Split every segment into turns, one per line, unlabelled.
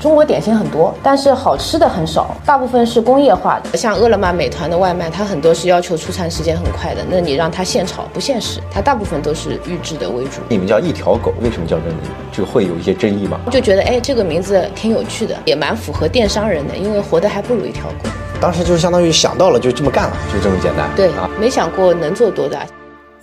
中国点心很多，但是好吃的很少，大部分是工业化的。
像饿了么、美团的外卖，它很多是要求出餐时间很快的，那你让它现炒不现实，它大部分都是预制的为主。
你们叫一条狗，为什么叫这个名字？这个会有一些争议吗？
就觉得哎，这个名字挺有趣的，也蛮符合电商人的，因为活得还不如一条狗。
当时就是相当于想到了就这么干了。
就这么简单？
对
啊，，
没想过能做多大。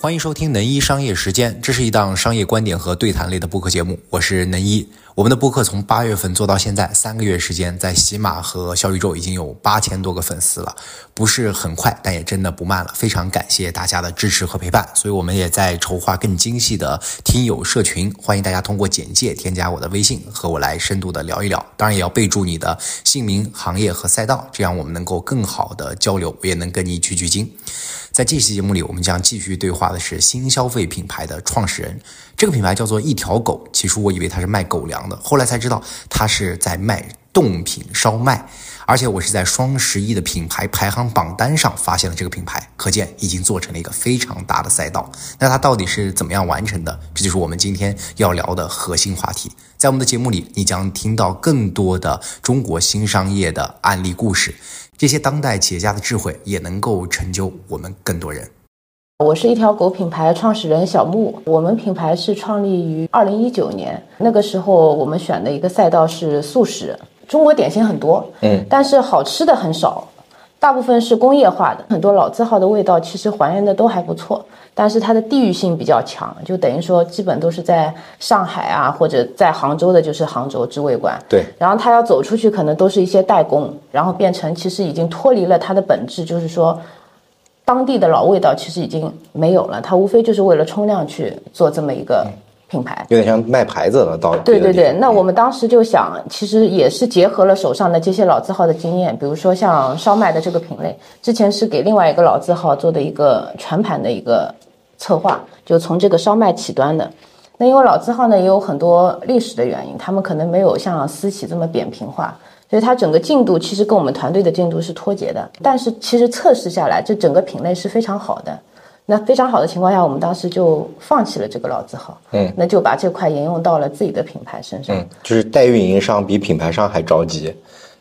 欢迎收听能一商业时间，这是一档商业观点和对谈类的播客节目，我是能一。我们的播客从八月份做到现在三个月时间，在喜马和小宇宙已经有八千多个粉丝了，不是很快，但也真的不慢了。非常感谢大家的支持和陪伴，所以我们也在筹划更精细的听友社群，欢迎大家通过简介添加我的微信，和我来深度的聊一聊。当然也要备注你的姓名、行业和赛道，这样我们能够更好的交流，我也能跟你取取经。在这期节目里，我们将继续对话的是新消费品牌的创始人。这个品牌叫做一条狗，起初我以为它是卖狗粮的，后来才知道它是在卖冻品烧麦。而且我是在双十一的品牌排行榜单上发现了这个品牌，可见已经做成了一个非常大的赛道。那它到底是怎么样完成的？这就是我们今天要聊的核心话题。在我们的节目里，你将听到更多的中国新商业的案例故事，这些当代企业家的智慧也能够成就我们更多人。
我是一条狗品牌创始人小木，我们品牌是创立于二零一九年，那个时候我们选的一个赛道是素食。中国点心很多，
嗯，
但是好吃的很少，大部分是工业化的，很多老字号的味道其实还原的都还不错，但是它的地域性比较强，就等于说基本都是在上海啊或者在杭州的，就是杭州知味馆，
对，
然后它要走出去，可能都是一些代工，然后变成其实已经脱离了它的本质，就是说当地的老味道其实已经没有了，它无非就是为了冲量去做这么一个品牌。
有点像卖牌子了，到
对
别的
对
地
对
方，
那我们当时就想，其实也是结合了手上的这些老字号的经验，比如说像烧麦的这个品类，之前是给另外一个老字号做的一个全盘的一个策划，就从这个烧麦起端的。那因为老字号呢也有很多历史的原因，他们可能没有像私企这么扁平化，所以它整个进度其实跟我们团队的进度是脱节的。但是其实测试下来，这整个品类是非常好的。那非常好的情况下，我们当时就放弃了这个老字号，嗯，那就把这块沿用到了自己的品牌身上。
嗯，就是代运营商比品牌商还着急，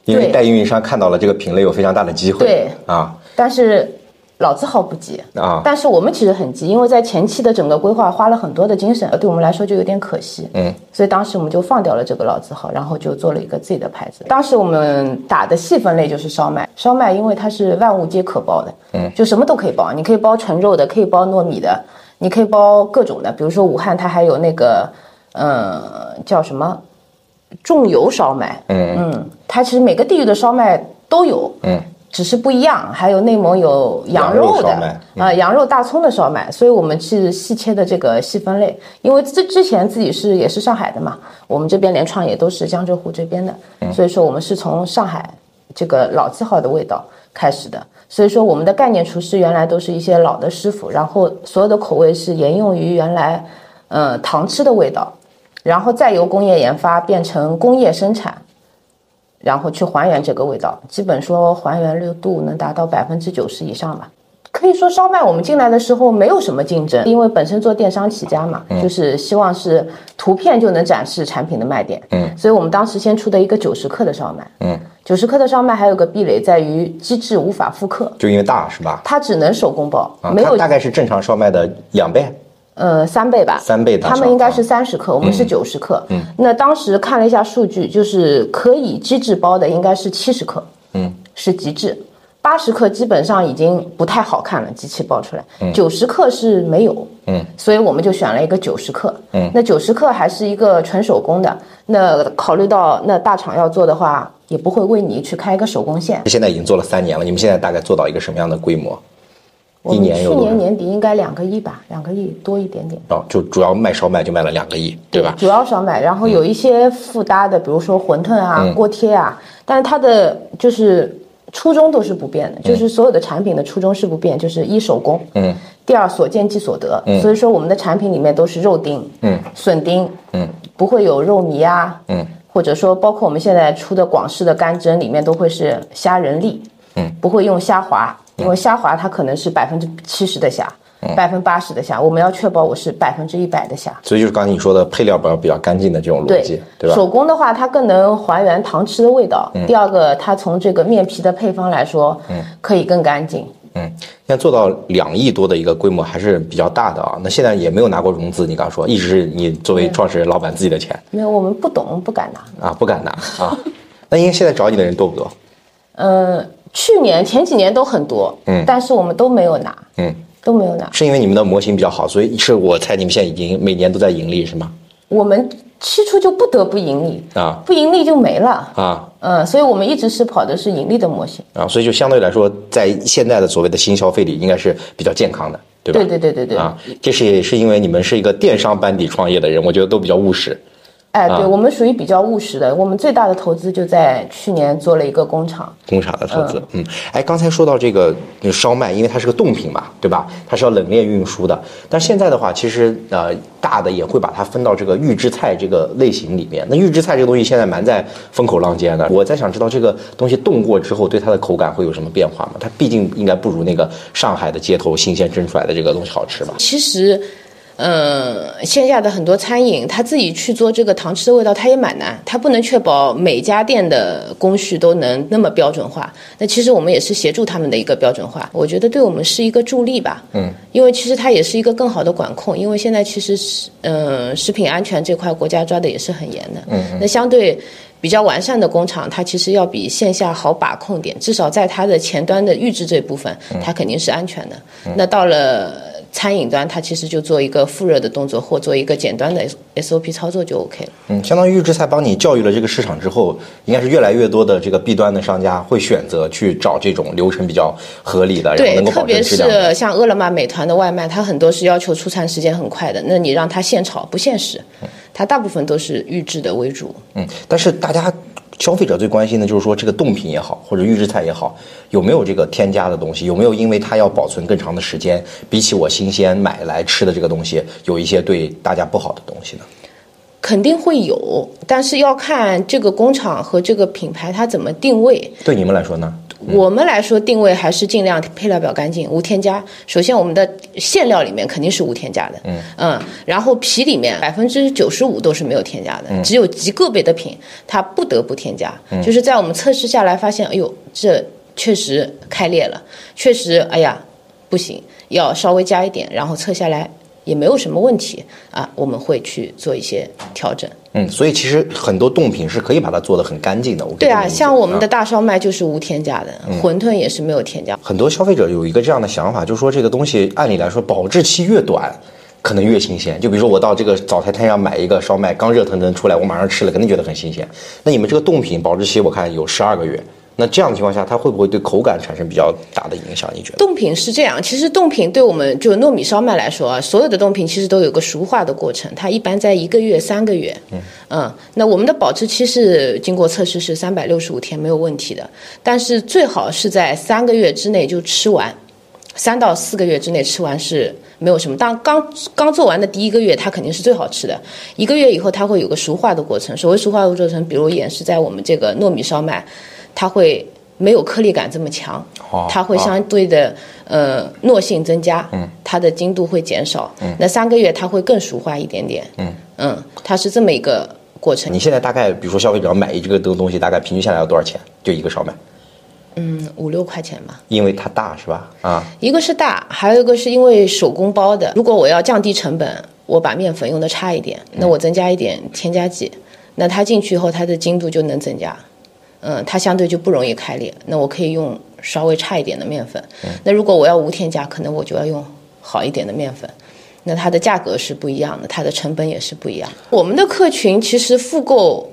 因为
对
代运营商看到了这个品类有非常大的机会。
对
啊
但是老字号不急，
啊，
但是我们其实很急，因为在前期的整个规划花了很多的精神，对我们来说就有点可惜。嗯，所以当时我们就放掉了这个老字号，然后就做了一个自己的牌子。当时我们打的细分类就是烧麦，烧麦因为它是万物皆可包的，嗯，就什么都可以包，你可以包纯肉的，可以包糯米的，你可以包各种的，比如说武汉它还有那个，呃，叫什么重油烧麦，嗯嗯，它其实每个地域的烧麦都有，嗯。只是不一样，还有内蒙有羊
羊肉
肉的，
烧麦
啊，羊肉、大葱的烧麦，所以我们是细切的这个细分类。因为之之前自己是也是上海的嘛，我们这边联创也都是江浙沪这边的，所以说我们是从上海这个老字号的味道开始的。所以说我们的概念厨师原来都是一些老的师傅，然后所有的口味是沿用于原来呃糖吃的味道，然后再由工业研发变成工业生产。然后去还原这个味道，基本说还原率度能达到百分之九十以上吧。可以说烧麦我们进来的时候没有什么竞争，因为本身做电商起家嘛，就是希望是图片就能展示产品的卖点。嗯，所以我们当时先出的一个九十克的烧麦。嗯，九十克的烧麦还有个壁垒在于机制无法复刻，
就因为大是吧？
它只能手工包，
啊，
没有
它大概是正常烧麦的两倍。
呃三倍吧，
三倍大
他
小啊
们应该是三十克，我们是九十克。嗯，那当时看了一下数据，就是可以机制包的应该是七十克，嗯，是极致。八十克基本上已经不太好看了，机器包出
嗯
来。九十、克是没有，嗯，所以我们就选了一个九十克，嗯，那九十克还是一个纯手工的。那考虑到那大厂要做的话，也不会为你去开一个手工线。
现在已经做了三年了，你们现在大概做到一个什么样的规模？
我
一
们
年
去
有多少
年年底应该两个亿吧，两个亿多一点点。
哦，就主要卖烧麦就卖了两个亿，对吧？
主要少买，然后有一些附搭的，比如说馄饨啊、锅贴啊，但是它的就是初衷都是不变的，就是所有的产品的初衷是不变，就是一手工，嗯，第二所见即所得，所以说我们的产品里面都是肉丁，嗯，笋丁，嗯，不会有肉糜啊，嗯，或者说包括我们现在出的广式的干蒸里面都会是嗯虾仁粒，嗯，不会用虾滑，因为虾滑它可能是百分之七十的虾。
百分之八十的虾，我们要确保我是百分之一百的虾。
所以就是刚才你说的配料表比较干净的这种逻辑，对吧？嗯
手工的话，它更能还原糖吃的味道。第二个，它从这个面皮的配方来说，可以更干净。
嗯，现在做到两亿多的一个规模还是比较大的啊。那现在也没有拿过融资，你刚说一直是你作为创始人老板自己的钱
没有，我们不懂，不敢拿。
啊，不敢拿啊。那应该现在找你的人多不多？
呃，去年前几年都很多，嗯，但是我们都没有拿，
嗯，
都没有拿。
是因为你们的模型比较好，所以是我猜你们现在已经每年都在盈利是吗？
我们起初就不得不盈利，
啊
不盈利就没了。
啊
嗯，所以我们一直是跑的是盈利的模型。
啊，所以就相对来说，在现在的所谓的新消费里，应该是比较健康的，对吧？
对对对对对，
啊，这是也是因为你们是一个电商班底创业的人，我觉得都比较务实。
哎，
啊
对我们属于比较务实的。我们最大的投资就在去年做了一个工厂，
工厂的投资，嗯，哎，刚才说到这个嗯烧麦，因为它是个冻品嘛，对吧？它是要冷链运输的。但现在的话，其实呃，大的也会把它分到这个预制菜这个类型里面。那预制菜这个东西现在蛮在风口浪尖的。我在想知道这个东西冻过之后，对它的口感会有什么变化吗？它毕竟应该不如那个上海的街头新鲜蒸出来的这个东西好吃吧？
其实，呃，线下的很多餐饮，他自己去做这个糖吃的味道，他也蛮难，他不能确保每家店的工序都能那么标准化。那其实我们也是协助他们的一个标准化，我觉得对我们是一个助力吧。嗯，因为其实它也是一个更好的管控，因为现在其实是，嗯、食品安全这块国家抓的也是很严的。嗯那相对。比较完善的工厂，它其实要比线下好把控点，至少在它的前端的预制这部分，它肯定是安全的。那到了餐饮端，它其实就做一个复热的动作，或做一个简单的 SOP 操作就 OK 了。
嗯，相当于预制菜帮你教育了这个市场之后，应该是越来越多的这个 B 端的商家会选择去找这种流程比较合理的，然后
对，
哎能够
特
保
别
证质量
是
的。
像饿了么、美团的外卖，它很多是要求出餐时间很快的，那你让它现炒不现实，它大部分都是预制的为主。
嗯，但是大家消费者最关心的就是说，这个冻品也好，或者预制菜也好，有没有这个添加的东西？有没有因为它要保存更长的时间，比起我新鲜买来吃的这个东西，有一些对大家不好的东西呢？
肯定会有，但是要看这个工厂和这个品牌它怎么定位。
对你们来说呢？
我们来说定位还是尽量配料表干净，无添加。首先，我们的馅料里面肯定是无添加的，嗯然后皮里面百分之九十五都是没有添加的，只有极个别的品它不得不添加。就是在我们测试下来发现，哎呦，这确实开裂了，确实，哎呀，不行，要稍微加一点，然后测下来也没有什么问题啊，我们会去做一些调整。
嗯，所以其实很多冻品是可以把它做得很干净的。我可以
对
这么
啊，
理解
像我们
啊
的大烧麦就是无添加的，馄饨也是没有添加。
很多消费者有一个这样的想法，就是说这个东西按理来说保质期越短，可能越新鲜。就比如说我到这个早餐摊上买一个烧麦，刚热腾腾出来，我马上吃了，肯定觉得很新鲜。那你们这个冻品保质期我看有十二个月，那这样的情况下，它会不会对口感产生比较大的影响？你觉得？
冻品是这样，其实冻品对我们就糯米烧麦来说啊，所有的冻品其实都有个熟化的过程，它一般在一个月、三个月。嗯，那我们的保质期是经过测试是三百六十五天没有问题的，但是最好是在三个月之内就吃完，三到四个月之内吃完是没有什么。当刚刚做完的第一个月，它肯定是最好吃的。一个月以后，它会有个熟化的过程。所谓熟化的过程，比如演示在我们这个糯米烧麦，它会没有颗粒感这么强，它会相对的、呃糯性增加，它的筋度会减少。那三个月它会更熟化一点点，嗯它是这么一个过程
你。现在大概，比如说消费者要买一这个东东西，大概平均下来要多少钱？就一个烧麦，
五六块钱吧，
因为它大是吧？啊，
一个是大，还有一个是因为手工包的。如果我要降低成本，我把面粉用的差一点，那我增加一点添加剂，那它进去以后它的精度就能增加，嗯，它相对就不容易开裂。那我可以用稍微差一点的面粉，那如果我要无添加，可能我就要用好一点的面粉。那它的价格是不一样的，它的成本也是不一样。我们的客群其实复购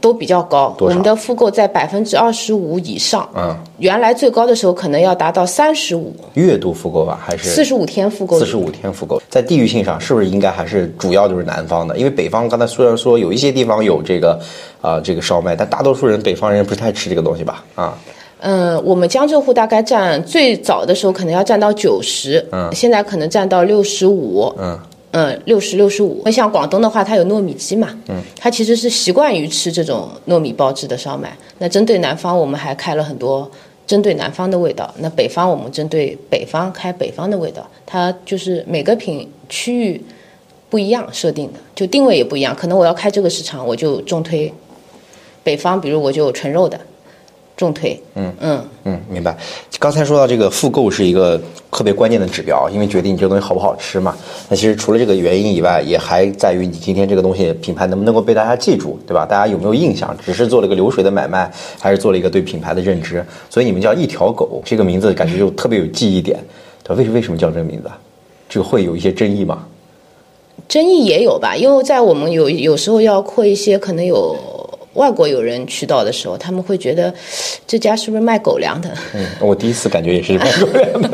都比较高，
多
我
少
们的复购在百分之二十五以上，嗯，原来最高的时候可能要达到三十五、
月度复购吧，还是
四十五天复购率，
四十五天复购，在地域性上是不是应该还是主要就是南方的？因为北方刚才虽然说有一些地方有这个，啊、这个烧麦，但大多数人北方人不是太吃这个东西吧？啊，
嗯，我们江浙沪大概占最早的时候可能要占到九十，嗯，现在可能占到六十五，嗯。嗯，六十六十五。那像广东的话，它有糯米鸡嘛，嗯，它其实是习惯于吃这种糯米包制的烧麦。那针对南方，我们还开了很多针对南方的味道，那北方我们针对北方开北方的味道，它就是每个品区域不一样设定的，就定位也不一样。可能我要开这个市场，我就重推北方，比如我就有纯肉的重推，嗯嗯，
嗯，明白。刚才说到这个复购是一个特别关键的指标，因为决定你这个东西好不好吃嘛。那其实除了这个原因以外，也还在于你今天这个东西品牌能不能够被大家记住，对吧？大家有没有印象？只是做了一个流水的买卖，还是做了一个对品牌的认知？所以你们叫一条狗这个名字，感觉就特别有记忆点，对吧？为什为什么叫这个名字啊？这个会有一些争议吗？
争议也有吧，因为在我们有有时候要扩一些可能有外国友人渠道的时候，他们会觉得这家是不是卖狗粮 的？
嗯，我第一次感觉也是这么说 的，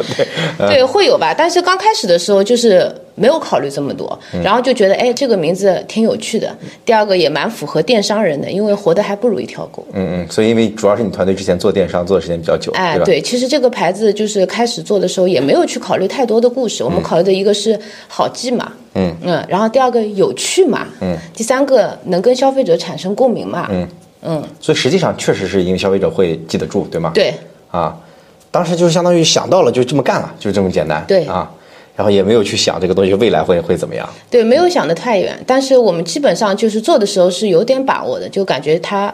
对。
对，会有吧。但是刚开始的时候就是没有考虑这么多，然后就觉得哎，这个名字挺有趣的。第二个也蛮符合电商人的，因为活得还不如一条狗。
嗯嗯，所以因为主要是你团队之前做电商做的时间比较久，
哎
对，吧？
对，其实这个牌子就是开始做的时候也没有去考虑太多的故事，我们考虑的一个是好记嘛，嗯嗯，然后第二个有趣嘛，嗯，第三个能跟消费者产生共鸣嘛，嗯
所以实际上确实是因为消费者会记得住，对吗？
对
啊，当时就是相当于想到了就这么干了，就这么简单。
对
啊，然后也没有去想这个东西未来会会怎么样。
对，没有想得太远，但是我们基本上就是做的时候是有点把握的，就感觉它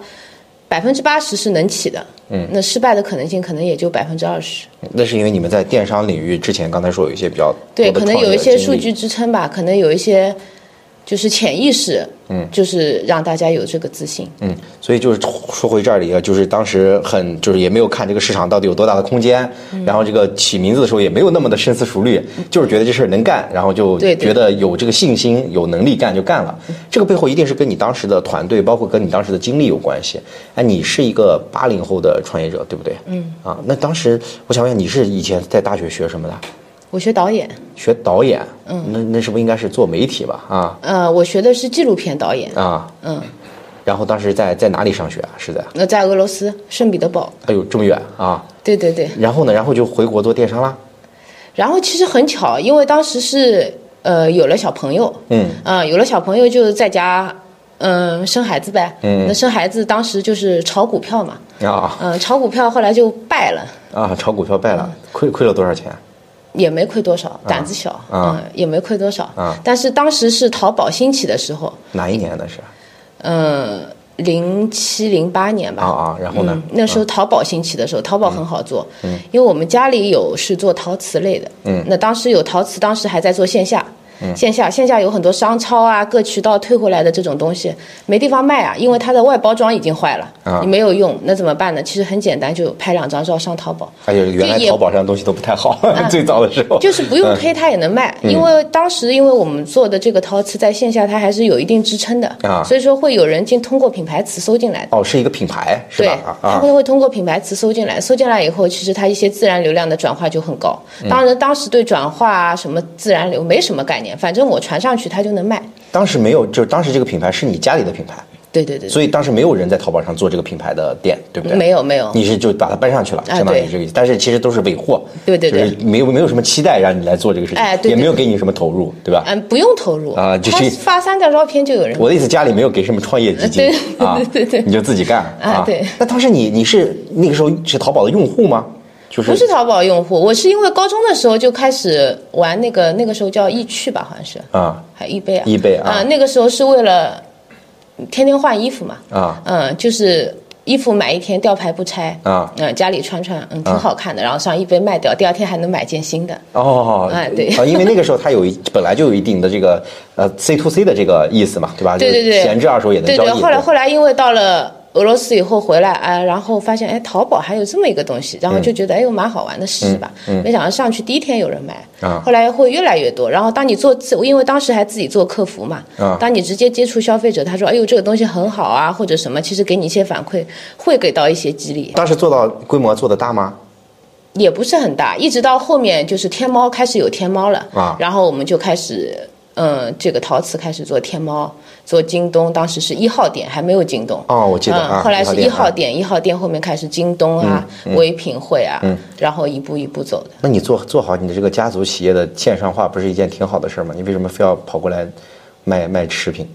百分之八十是能起的，嗯，那失败的可能性可能也就百分之二十，
那是因为你们在电商领域之前刚才说有一些比较
对，
多的
可能
创业
有一些
经
数
历
据支撑吧，可能有一些就是潜意识，嗯，就是让大家有这个自信，
嗯，所以就是说回这里啊，就是当时很就是也没有看这个市场到底有多大的空间，
嗯
然后这个起名字的时候也没有那么的深思熟虑，就是觉得这事儿能干，然后就
对对嗯
觉得有这个信心、有能力干就干了。这个背后一定是跟你当时的团队，包括跟你当时的经历有关系。哎，你是一个八零后的创业者，对不对？嗯。啊，那当时我想问一下，你是以前在大学学什么的？
我学导演，
学导演？嗯。那那是不是应该是做媒体吧？啊
呃，我学的是纪录片导演，
啊。
嗯。
然后当时在在哪里上学啊？是在？
那在俄罗斯圣彼得堡，
哎呦，这么远啊！
对对对。
然后呢，然后就回国做电商啦。
然后其实很巧，因为当时是呃有了小朋友，嗯，啊有了小朋友就在家，嗯、生孩子呗，嗯，那生孩子当时就是炒股票嘛，
啊
嗯、炒股票后来就败了，
啊，炒股票败了，亏亏了多少钱？
也没亏多少，胆子小，
啊
嗯，也没亏多少，
啊
但是当时是淘宝兴起的时候，
哪一年那是？
嗯、0零七零八年吧，
啊啊，然后呢？
嗯，那时候淘宝兴起的时候，淘宝很好做，嗯，因为我们家里有是做陶瓷类的，嗯，那当时有陶瓷，当时还在做线下，嗯、线下线下有很多商超啊，各渠道退回来的这种东西没地方卖啊，因为它的外包装已经坏了，你没有用，那怎么办呢？其实很简单，就拍两张照上淘宝，
哎呦，原来
就也啊
淘宝上的东西都不太 好，最早的时候
就是不用推它也能卖，因为当时因为我们做的这个陶瓷在线下它还是有一定支撑的，
啊
所以说会有人进通过品牌词搜进来的。
哦，是一个品牌是
对
吧？，啊
它
啊
会会通过品牌词搜进来，搜进来以后，其实它一些自然流量的转化就很高。
嗯
当然，当时对转化啊什么自然流没什么概念，反正我传上去它就能卖。
当时没有，就是当时这个品牌是你家里的品牌，
对对对，
所以当时没有人在淘宝上做这个品牌的店，对不对？
没有没有，
你是就把它搬上去了，
啊
相当于
对
这个意思。但是其实都是尾货，
对对对
就是没有没有什么期待让你来做这个事情，
哎对对
也没有给你什么投入，对吧？
嗯，不用投入
啊就是
它发三张照片就有人。
我的意思，家里没有给什么创业基金
对
啊，
对对对
你就自己干
啊对
那当时你你是那个时候是淘宝的用户吗？就是
不是淘宝用户，我是因为高中的时候就开始玩那个，那个时候叫易趣吧，好像是，
啊
还易贝啊，
易贝啊
那个时候是为了天天换衣服嘛，
啊
嗯，就是衣服买一天吊牌不拆
啊
嗯，家里穿穿，嗯，挺好看的，然后上易贝卖掉，第二天还能买件新的。
哦，
哎对
啊，因为那个时候它有一本来就有一定的这个呃 C to C 的这个意思嘛，对吧？
对对
就是
对，
闲置二手也能
对
交易。
对，后来后来因为到了。俄罗斯以后回来，哎，然后发现哎，淘宝还有这么一个东西，
嗯
然后就觉得哎呦蛮好玩的，试试吧。没想到上去第一天有人买，
啊
后来会越来越多。然后当你做自，因为当时还自己做客服嘛，
啊
当你直接接触消费者，他说哎呦这个东西很好啊，或者什么，其实给你一些反馈，会给到一些激励，
当时做到规模做得大吗？
也不是很大。一直到后面就是天猫开始有天猫了，
啊
然后我们就开始。嗯，这个陶瓷开始做天猫，做京东，当时是一号店，还没有京东。
哦我记得
嗯
啊嗯
后来是
一
一
号
号店，一号店后面开始京东啊、唯品会啊，然后一步一步走的。
那你做做好你的这个家族企业的线上化，不是一件挺好的事儿吗？你为什么非要跑过来卖卖食品？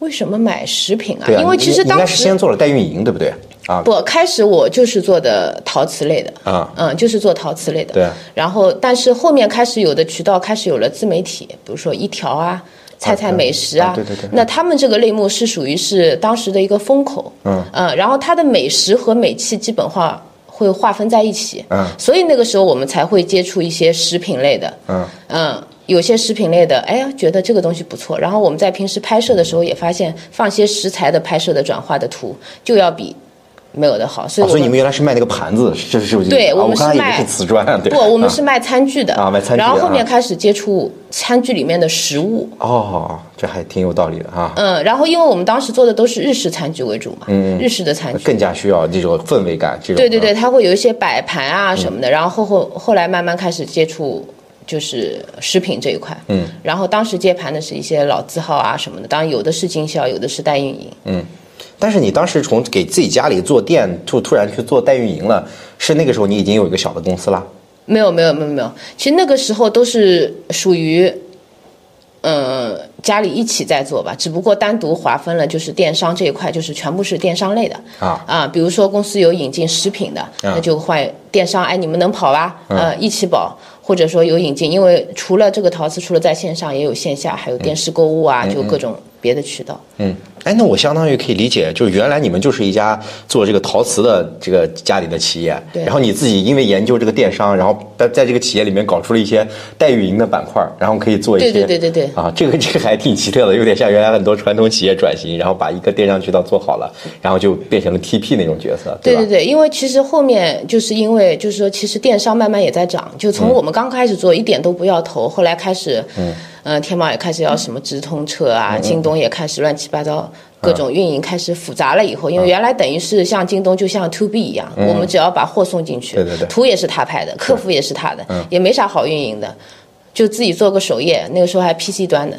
为什么买食品啊？
对啊，
因为其
你
实
啊你应该
当
是
时
先做了代运营，对不对？啊
不，开始我就是做的陶瓷类的，
啊
嗯，就是做陶瓷类的。
对
然后，但是后面开始有的渠道开始有了自媒体，比如说一条啊。菜菜美食啊，
啊对对对
那他们这个类目是属于是当时的一个风口，嗯然后它的美食和美器基本化会划分在一起，
嗯
所以那个时候我们才会接触一些食品类的，
嗯
嗯，有些食品类的，哎呀，觉得这个东西不错。然后我们在平时拍摄的时候也发现，放些食材的拍摄的转化的图就要比没有的好，所以
哦，
我
所以你
们
们。原来是卖那个盘子，是是是不是？
对，
啊
我
我
们是
刚才以为
卖
是瓷砖，对，
不，我们
啊
是卖餐具的
啊卖餐具的
然后后
啊
面开始接触餐具里面的食物，
哦，这还挺有道理的啊，
嗯，然后因为我们当时做的都是日式餐具为主嘛，日式的餐具，
嗯更啊加需要这种氛围感，这种
嗯对对对，它会有一些摆盘
嗯
啊什么的，然后后后后来慢慢开始接触就是食品这一块，嗯，然后当时接盘的是一些老字号啊什么的，当然有的是经销，有的是代运营，
但是你当时从给自己家里做店，突突然去做代运营了，是那个时候你已经有一个小的公司啦？
没有没有没有没有，其实那个时候都是属于。呃，家里一起在做吧，只不过单独划分了，就是电商这一块，就是全部是电商类的
啊
比如说公司有引进食品的，那就换电商，哎，你们能跑吧？呃，一起跑，或者说有引进，因为除了这个陶瓷，除了在线上，也有线下，还有电视购物啊，就各种别的渠道。
嗯，哎，那我相当于可以理解，就是原来你们就是一家做这个陶瓷的这个家里的企业，
对
然后你自己因为研究这个电商，然后在在这个企业里面搞出了一些代运营的板块，然后可以做一些，
对对对对对
啊，这个这个还挺奇特的，有点像原来很多传统企业转型，然后把一个电商渠道做好了，然后就变成了 TP 那种角色，
对
吧？
对对，因为其实后面就是因为就是说，其实电商慢慢也在涨，就
嗯
从我们刚开始做一点都不要头，后来开始，嗯，呃，天猫也开始要什么直通车啊，
嗯
京东也开始乱七八糟。各种运营开始复杂了以后，
嗯
因为原来等于是像京东就像 to B 一样，我们只要把货送进去，
对对嗯对
图也是他拍的，客服也是他的，也没啥好运营的，就自己做个首页，那个时候还 PC 端的，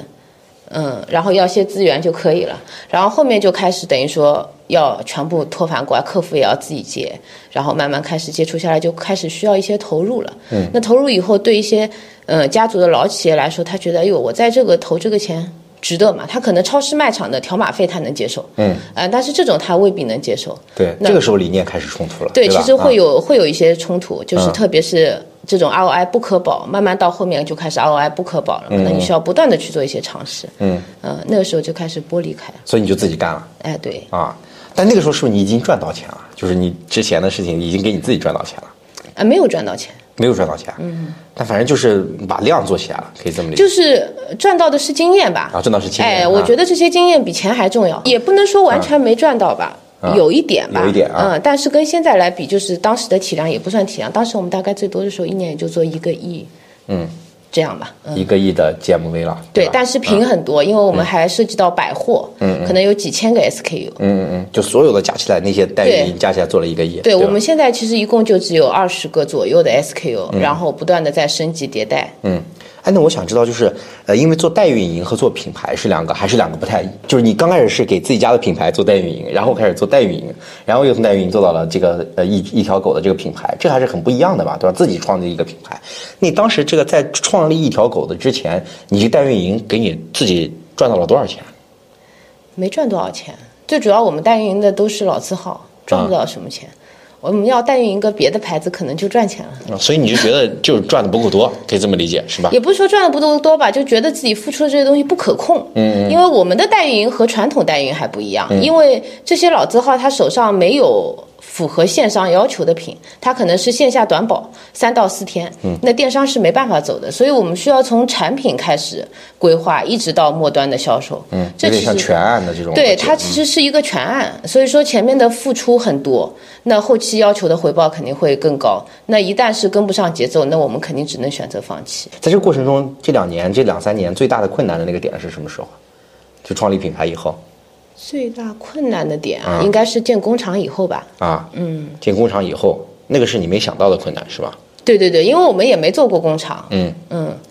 嗯，然后要些资源就可以了。然后后面就开始等于说要全部托盘过来，客服也要自己接，然后慢慢开始接触下来，就开始需要一些投入了。嗯，那投入以后，对一些呃家族的老企业来说，他觉得，哎呦，我在这个投这个钱。值得嘛？他可能超市卖场的条码费他能接受，嗯，呃，但是这种他未必能接受，
对，
那
这个时候理念开始冲突了，
对，
吧
其实
啊
会有、会有一些冲突，就是
嗯
特别是这种 ROI 不可保，慢慢到后面就开始 ROI 不可保了嘛，那
嗯
你需要不断的去做一些尝试。嗯，呃，那个时候就开始剥离开了。
所以你就自己干了
哎，对，
啊。但那个时候是不是你已经赚到钱了？就是你之前的事情已经给你自己赚到钱了。
啊，没有赚到钱，
没有赚到钱，嗯，但反正就是把量做起来了，可以这么理解。
就是呃赚到的是经验吧。
啊赚到是经验
哎，
啊
我觉得这些经验比钱还重要，也不能说完全没赚到吧。有一点吧，
啊有一点啊
嗯，但是跟现在来比，就是当时的体量也不算体量，当时我们大概最多的时候一年也就做一个亿，嗯，这样吧，嗯，
一个亿的 GMV 了，
对，
吧啊
但是品很多，因为我们还涉及到百货，可能有几千个 SKU。
嗯嗯，就所有的加起来那些代运营加起来做了一个亿，
对
吧
我们现在其实一共就只有二十个左右的 SKU，然后不断的在升级迭代。
嗯，哎，那我想知道就是，呃，因为做代运营和做品牌是两个，还是两个不太，就是你刚开始是给自己家的品牌做代运营，然后开始做代运营，然后又从代运营做到了这个呃一一条狗的这个品牌，这还是很不一样的吧，对吧？自己创立一个品牌，你当时这个在创立一条狗的之前，你这代运营给你自己赚到了多少钱？
没赚多少钱，最主要我们代运营的都是老字号，赚
啊
不到什么钱。我们要代运营个别的牌子，可能就赚钱了。
嗯所以你就觉得就是赚的不够多，可以这么理解是吧
也？不是说赚的不多多吧，就觉得自己付出的这些东西不可控。嗯，因为我们的代运营和传统代运营还不一样，
嗯
因为这些老字号他手上没有符合线上要求的品，他可能是线下短保三到四天，嗯，那电商是没办法走的，所以我们需要从产品开始规划，一直到末端的销售。嗯，这
有
其
点
实
像全案的这种逻辑，
对，它其实是一个全案，所以说前面的付出很多，那后期要求的回报肯定会更高。那一旦是跟不上节奏，那我们肯定只能选择放弃。
在这个过程中，这两年、这两三年最大的困难的那个点是什么时候啊？就创立品牌以后
最大困难的点啊，应该是建工厂以后吧。
啊，嗯，进工厂以后，那个是你没想到的困难是吧？
对对对，因为我们也没做过工厂，嗯，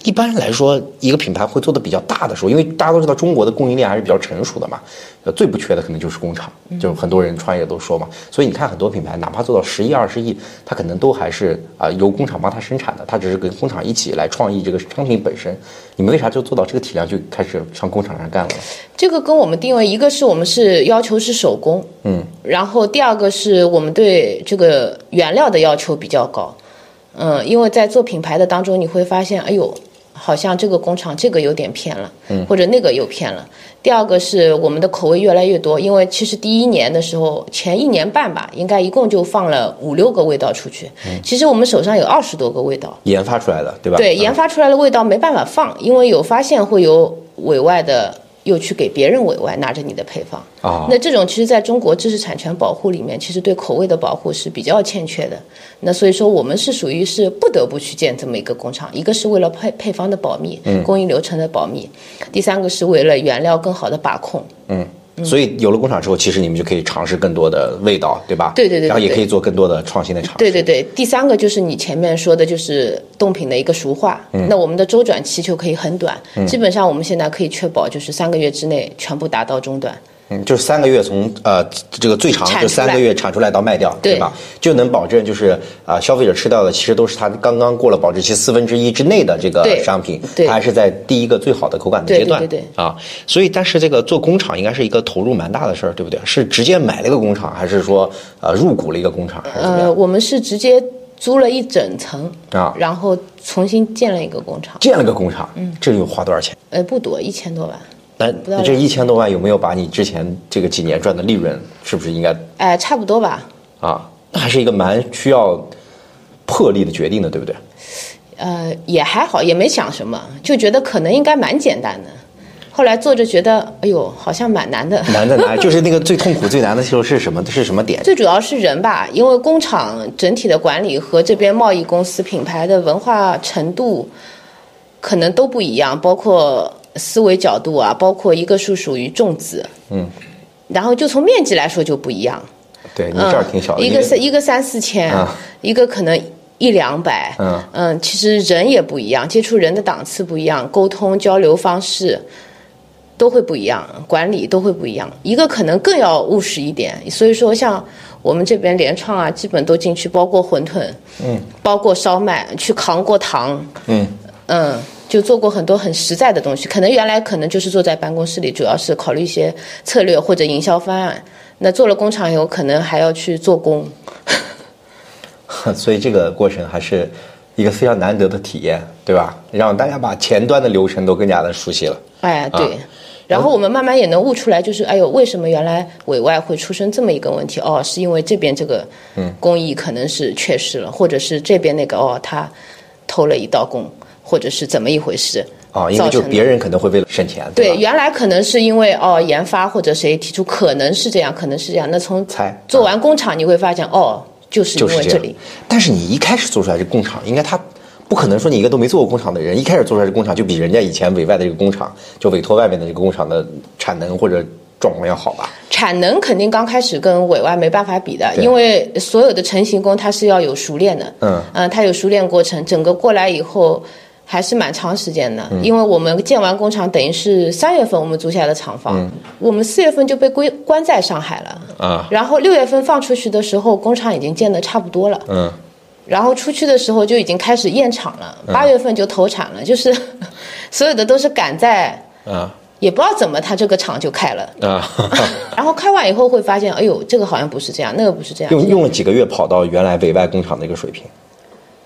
一般来说，一个品牌会做的比较大的时候，因为大家都知道中国的供应链还是比较成熟的嘛，呃，最不缺的可能就是工厂，
嗯
就是很多人创业都说嘛，所以你看很多品牌，哪怕做到十亿、二十亿，它可能都还是啊、由工厂帮它生产的，它只是跟工厂一起来创意这个商品本身。你们为啥就做到这个体量就开始上工厂上干了？
这个跟我们定位，一个是我们是要求是手工，嗯，然后第二个是我们对这个原料的要求比较高，嗯，因为在做品牌的当中，你会发现，哎呦，好像这个工厂这个有点骗了，嗯，或者那个又骗了。第二个是我们的口味越来越多，因为其实第一年的时候，前一年半吧，应该一共就放了五六个味道出去，其实我们手上有二十多个味道，
研发出来的，对吧？
对，研
嗯
发出来的味道没办法放，因为有发现会有委外的，又去给别人委外拿着你的配方。
啊
那这种其实在中国知识产权保护里面，其实对口味的保护是比较欠缺的。那所以说，我们是属于是不得不去建这么一个工厂，一个是为了配配方的保密，
嗯
供应流程的保密，第三个是为了原料更好的把控。
嗯
嗯
所以有了工厂之后，其实你们就可以尝试更多的味道，对吧？
对对对对
然后也
对
可以做更多的创新的尝试。
对对对，第三个就是你前面说的，就是冻品的一个熟化。
嗯
那我们的周转期就可以很短，基本上我们现在可以确保就是三个月之内全部达到终端。
嗯，就是三个月从呃这个最长
产
就
出来
三个月产出来到卖掉，
对
吧？就能保证就是啊、消费者吃到的其实都是他刚刚过了保质期四分之一之内的这个
对
商品，
对
它还是在第一个最好的口感的
对
阶段，
对对对
啊。所以，但是这个做工厂应该是一个投入蛮大的事儿，对不对？是直接买了一个工厂，还是说呃入股了一个工厂，还是怎么样？
呃，我们是直接租了一整层
啊
然后重新建了一个工厂。
建了个工厂，这又花多少钱？
呃，不多，一千多万。
那
到
那这一千多万有没有把你之前这个几年赚的利润，是不是应该
哎，差不多吧。
啊？那还是一个蛮需要魄力的决定的，对不对？
呃，也还好，也没想什么，就觉得可能应该蛮简单的。后来做着觉得，哎呦，好像蛮难的。
难在哪里？就是那个最痛苦、最难的时候是什么？是什么点？
最主要是人吧，因为工厂整体的管理和这边贸易公司品牌的文化程度可能都不一样，包括思维角度啊，包括一个是属于种植，嗯，然后就从面积来说就不一样，
对你
嗯，
这儿挺小的，
一
因
个
为
三一个三四千，
啊
一个可能一两百，
嗯
其实人也不一样，接触人的档次不一样，沟通交流方式都会不一样，管理都会不一样，一个可能更要务实一点，所以说像。我们这边联创啊，基本都进去，包括馄饨，嗯，包括烧麦，去扛过糖，
嗯
嗯，就做过很多很实在的东西。可能原来可能就是坐在办公室里，主要是考虑一些策略或者营销方案。那做了工厂以后，可能还要去做工。
所以这个过程还是一个非常难得的体验，对吧？让大家把前端的流程都更加的熟悉了。
哎，对。
啊
然后我们慢慢也能悟出来，就是哎呦，为什么原来委外会出生这么一个问题？哦，是因为这边这个工艺可能是缺失了，或者是这边那个哦，他偷了一道工，或者是怎么一回事？
啊，因为就
造成的
别人可能会为了省钱，
对，
吧？
原来可能是因为哦研发或者谁提出可能是这样，可能是这样。那从
猜啊
做完工厂，你会发现哦，就是因
就是
为
这
这
样
里。。
但是你一开始做出来这工厂，应该他不可能说你一个都没做过工厂的人，一开始做出来这工厂就比人家以前委外的这个工厂，就委托外面的这个工厂的产能或者状况要好吧？
产能肯定刚开始跟委外没办法比的，
对
因为所有的成型工它是要有熟练的，
嗯
呃，它有熟练过程，整个过来以后还是蛮长时间的，
嗯
因为我们建完工厂等于是三月份我们租下的厂房，我们四月份就被归关在上海了，
嗯啊
然后六月份放出去的时候，工厂已经建的差不多了，
嗯，
然后出去的时候就已经开始验厂了，八月份就投产了，就是 所有的都是赶在，
啊
也不知道怎么它这个厂就开了。
啊，
然后开完以后会发现，哎呦，这个好像不是这样，那个不是这样。
用用了几个月跑到原来委外工厂的一个水平，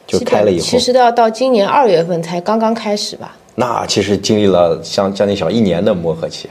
就
基本
开了以后
其，实都要到今年二月份才刚刚开始吧。
那其实经历了相将近小一年的磨合期。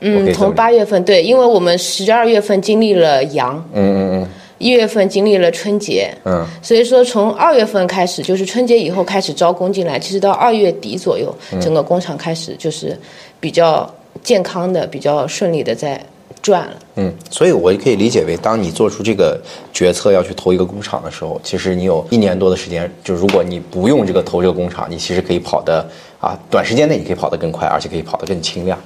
我可以
嗯，
这么
从八月份对，因为我们十二月份经历了阳，嗯嗯嗯，一月份经历了春节，
嗯，
所以说从二月份开始，就是春节以后开始招工进来，其实到二月底左右，整个工厂开始就是比较健康的、比较顺利的在转了。
嗯，所以我也可以理解为，当你做出这个决策要去投一个工厂的时候，其实你有一年多的时间，就如果你不用这个投这个工厂，你其实可以跑得啊，短时间内你可以跑得更快，而且可以跑得更轻量，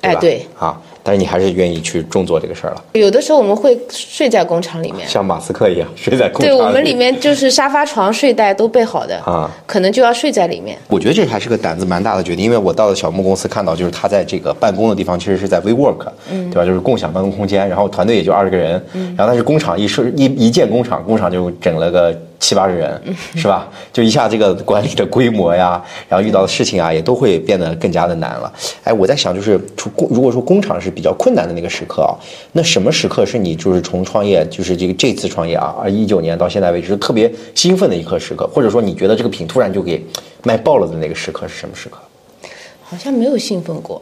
对吧？
哎对
啊，但是你还是愿意去重做这个事儿了，
有的时候我们会睡在工厂里面，
像马斯克一样 睡在工厂
对我们里面就是沙发床、睡袋都备好的
啊，
可能就要睡在里面。
我觉得这还是个胆子蛮大的决定，因为我到了小木公司看到，就是他在这个办公的地方其实是在 WeWork，、对吧？就是共享办公空间，然后团队也就二十个人，然后但是工厂一设一一建工厂，工厂就整了个七八十人，是吧？就一下这个管理的规模呀，然后遇到的事情啊，也都会变得更加的难了。哎，我在想，就是出工如果说工厂是比较困难的那个时刻啊，那什么时刻是你就是从创业，就是这个这次创业啊，二一九年到现在为止，就特别兴奋的一刻时刻，或者说你觉得这个品突然就给卖爆了的那个时刻是什么时刻？
好像没有兴奋过，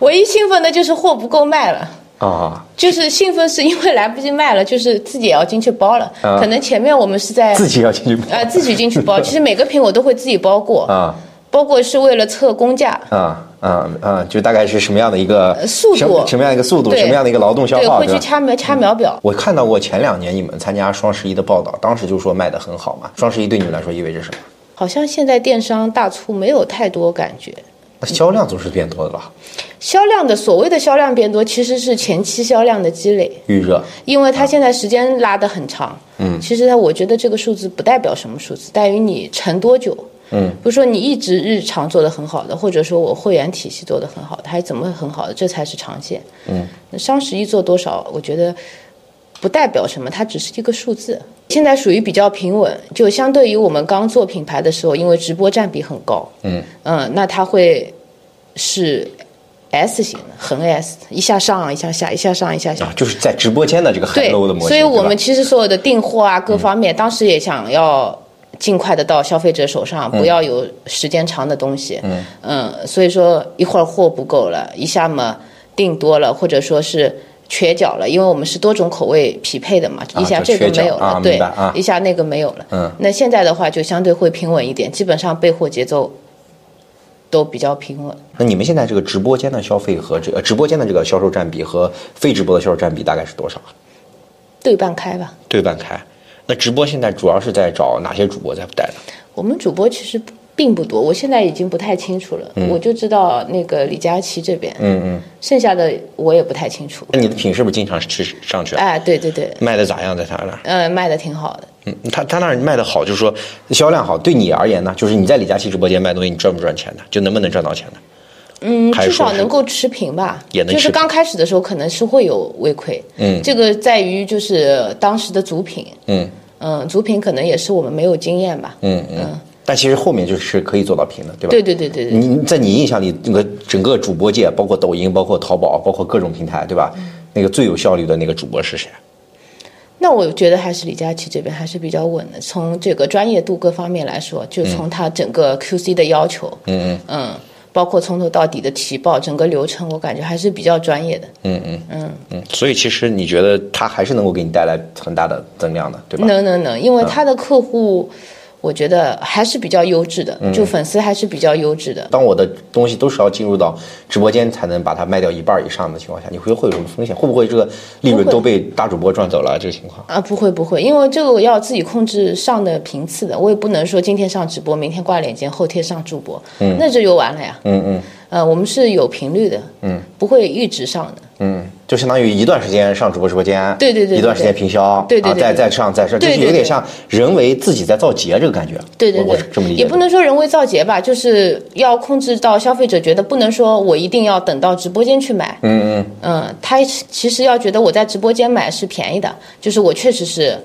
唯一兴奋的就是货不够卖了。
啊，
就是兴奋是因为来不及卖了，就是自己也要进去包了。
啊
可能前面我们是在
自己要进 去买
呃自己进去 包，其实每个品我都会自己包过，
啊
包过是为了测工价，
啊啊啊，就大概是什么样的一个
呃速度
什么什么样的一个速度，
对
什么样的一个劳动消
对，
耗，
会去
吧嗯
掐描掐秒表。
我看到过前两年你们参加双十一的报道，当时就说卖的很好嘛。双十一对你们来说意味着什么？
好像现在电商大促没有太多感觉，
那销量总是变多的吧？
销量的所谓的销量变多，其实是前期销量的积累。
预热
因为它现在时间拉得很长。嗯，其实它我觉得这个数字不代表什么数字，在于你沉多久。嗯，比如说你一直日常做得很好的，或者说我会员体系做得很好的，还怎么会很好的？这才是长线。嗯，那双十一做多少，我觉得不代表什么，它只是一个数字。现在属于比较平稳，就相对于我们刚做品牌的时候，因为直播占比很高。嗯嗯，那它会是 S 型的，横 S，一下上一下下，一下上一下下
啊，。就是在直播间的这个
对
很 low 的模，型，
所以我
对
们
吧嗯
其实所有的订货啊，各方面，当时也想要尽快的到消费者手上，
嗯
不要有时间长的东西。嗯所以说一会儿货不够了，一下嘛订多了，或者说是。缺角了，因为我们是多种口味匹配的嘛，
啊
一下
就
这个
缺角
没有了，
啊
对，
明白啊
一下那个没有了。
嗯
那现在的话就相对会平稳一点，基本上备货节奏都比较平稳。
那你们现在这个直播间的消费和这个呃直播间的这个销售占比和非直播的销售占比大概是多少？
对半开吧，
对半开。那直播现在主要是在找哪些主播在带呢？
我们主播其实并不多，我现在已经不太清楚了，
嗯
我就知道那个李佳琦这边，嗯嗯，剩下的我也不太清楚。
那你的品是不是经常去上去啊？
哎，对对对，
卖的咋样？在他那儿？
呃，卖的挺好的，
嗯，他他那儿卖的好，就是说销量好。对你而言呢，就是你在李佳琦直播间卖东西，你赚不赚钱呢？就能不能赚到钱呢？嗯，还
至
是说
少
是
能够持平吧。
也能持平
就是刚开始的时候可能是会有微亏，嗯，这个在于就是当时的主品，嗯嗯，主品可能也是我们没有经验吧，嗯嗯，
但其实后面就是可以做到平的，对吧？
对对对对对，
你在你印象里，那个整个主播界，包括抖音、包括淘宝、包括各种平台，对
嗯
吧？那个最有效率的那个主播是谁？
那我觉得还是李佳琦这边还是比较稳的，从这个专业度各方面来说，就从他整个 QC 的要求，嗯嗯包括从头到底的提报，整个流程，我感觉还是比较专业的。
嗯，所以其实你觉得他还是能够给你带来很大的增量的，对吧？
能能能，因为他的客户，我觉得还是比较优质的，就粉丝还是比较优质的。
当我的东西都是要进入到直播间才能把它卖掉一半以上的情况下，你会会有什么风险？会不会这个利润
不会
都被大主播赚走了？这个情况？
啊，不会不会，因为这个我要自己控制上的频次的，我也不能说今天上直播，明天挂链接，后天上主播，那这就完了呀。嗯嗯，呃，我们是有频率的，嗯，不会一直上的。
嗯，就相当于一段时间上主播直播间，
对对对对
一段时间平销，
对对
然后
对
再
对
再上再上，就
对
是
对
有
对
点像人为自己在造节这个感觉。
对对
我我
对
是，这么理解的。
也不能说人为造节吧，就是要控制到消费者觉得不能说我一定要等到直播间去买。嗯嗯他其实要觉得我在直播间买是便宜的，就是我确实是。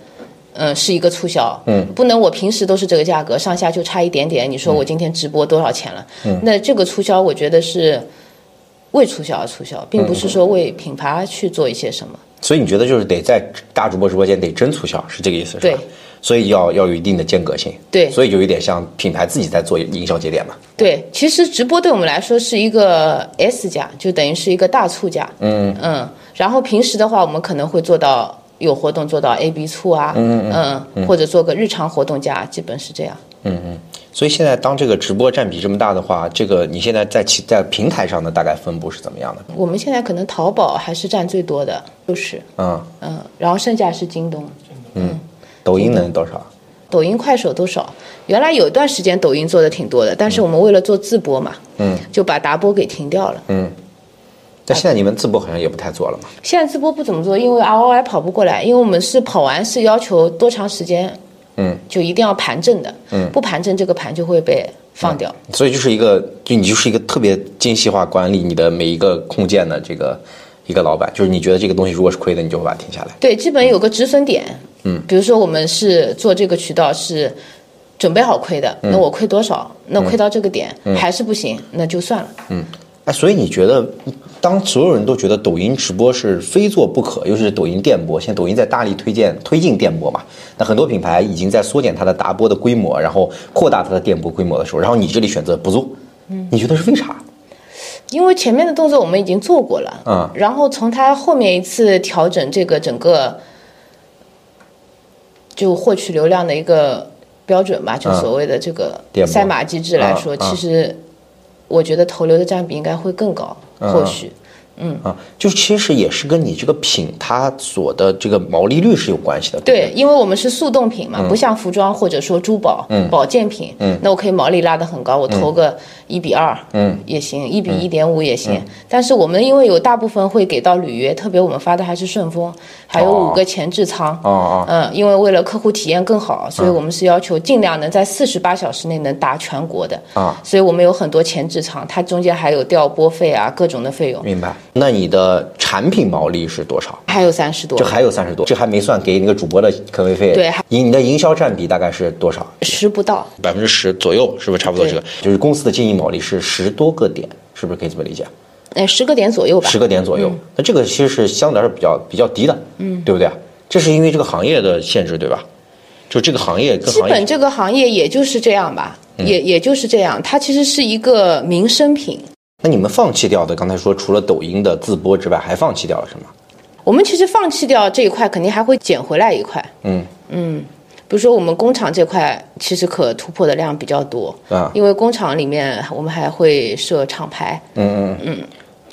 嗯，是一个促销，嗯，不能我平时都是这个价格，上下就差一点点。你
嗯
说我今天直播多少钱了？嗯，那这个促销，我觉得是为促销而促销，并
嗯
不是说为品牌去做一些什么。
所以你觉得就是得在大主播直播间得真促销，是这个意思，是
对。
吧？所以要要有一定的间隔性。
对
所以就有点像品牌自己在做营销节点嘛。
对，其实直播对我们来说是一个 S 价，就等于是一个大促价。嗯嗯，然后平时的话，我们可能会做到有活动做到 A B 促啊，嗯或者做个日常活动价，基本是这样。
所以现在当这个直播占比这么大的话，这个你现在在其在平台上的大概分布是怎么样的？
我们现在可能淘宝还是占最多的，就是
嗯，
嗯，然后剩下是京东。
抖音能多少？
抖音、快手都少。原来有一段时间抖音做的挺多的，但是我们为了做自播嘛，嗯，就把达播给停掉了。
但现在你们自播好像也不太做了嘛，
现在自播不怎么做，因为 ROI 跑不过来，因为我们是跑完是要求多长时间，嗯，就一定要盘正的，嗯，不盘正这个盘就会被放掉。
所以就是一个，就你就是一个特别精细化管理你的每一个控件的这个一个老板，就是你觉得这个东西如果是亏的，你就会把它停下来。
对，基本有个止损点。嗯，比如说我们是做这个渠道是准备好亏的，那我亏多少？那亏到这个点、还是不行，那就算了。
哎，所以你觉得，当所有人都觉得抖音直播是非做不可，尤其是抖音电播，现在抖音在大力推荐推进电播嘛，那很多品牌已经在缩减它的达播的规模，然后扩大它的电播规模的时候，然后你这里选择不做，嗯，你觉得是为啥？
因为前面的动作我们已经做过了，
嗯
然后从它后面一次调整这个整个就获取流量的一个标准吧，就所谓的这个
嗯电波
赛马机制来说，
嗯嗯
其实我觉得投流的占比应该会更高，
嗯
或许。
啊，就是其实也是跟你这个品它所的这个毛利率是有关系的。不
对，因为我们是速冻品嘛，不像服装或者说珠宝、保健品，那我可以毛利拉得很高，我投个一比二，嗯，也行，一比一点五也行。但是我们因为有大部分会给到履约，特别我们发的还是顺丰，还有五个前置仓，
哦
嗯，因为为了客户体验更好，所以我们是要求尽量能在四十八小时内能达全国的，
啊，
所以我们有很多前置仓，它中间还有调拨费啊，各种的费用，
明白。那你的产品毛利是多少？
还有三十多
这，还有三十多，这还没算给那个主播的坑位费。
对还
营你的营销占比大概是多少？
十不到，
百分之十左右，是不是差不多？
对
这个就是公司的经营毛利是十多个点，是不是可以这么理解？
哎，十个点左右吧，
十个点左右，
嗯
那这个其实是相对来说比较比较低的，嗯，对不对？这是因为这个行业的限制，对吧？就这个行业跟
基
行
本
业嗯
这个行业也就是这样吧，也也就是这样。它其实是一个民生品。
那你们放弃掉的，刚才说除了抖音的自播之外，还放弃掉了什么？
我们其实放弃掉这一块，肯定还会捡回来一块。嗯嗯，比如说我们工厂这块，其实可突破的量比较多。
啊
因为工厂里面我们还会设厂牌，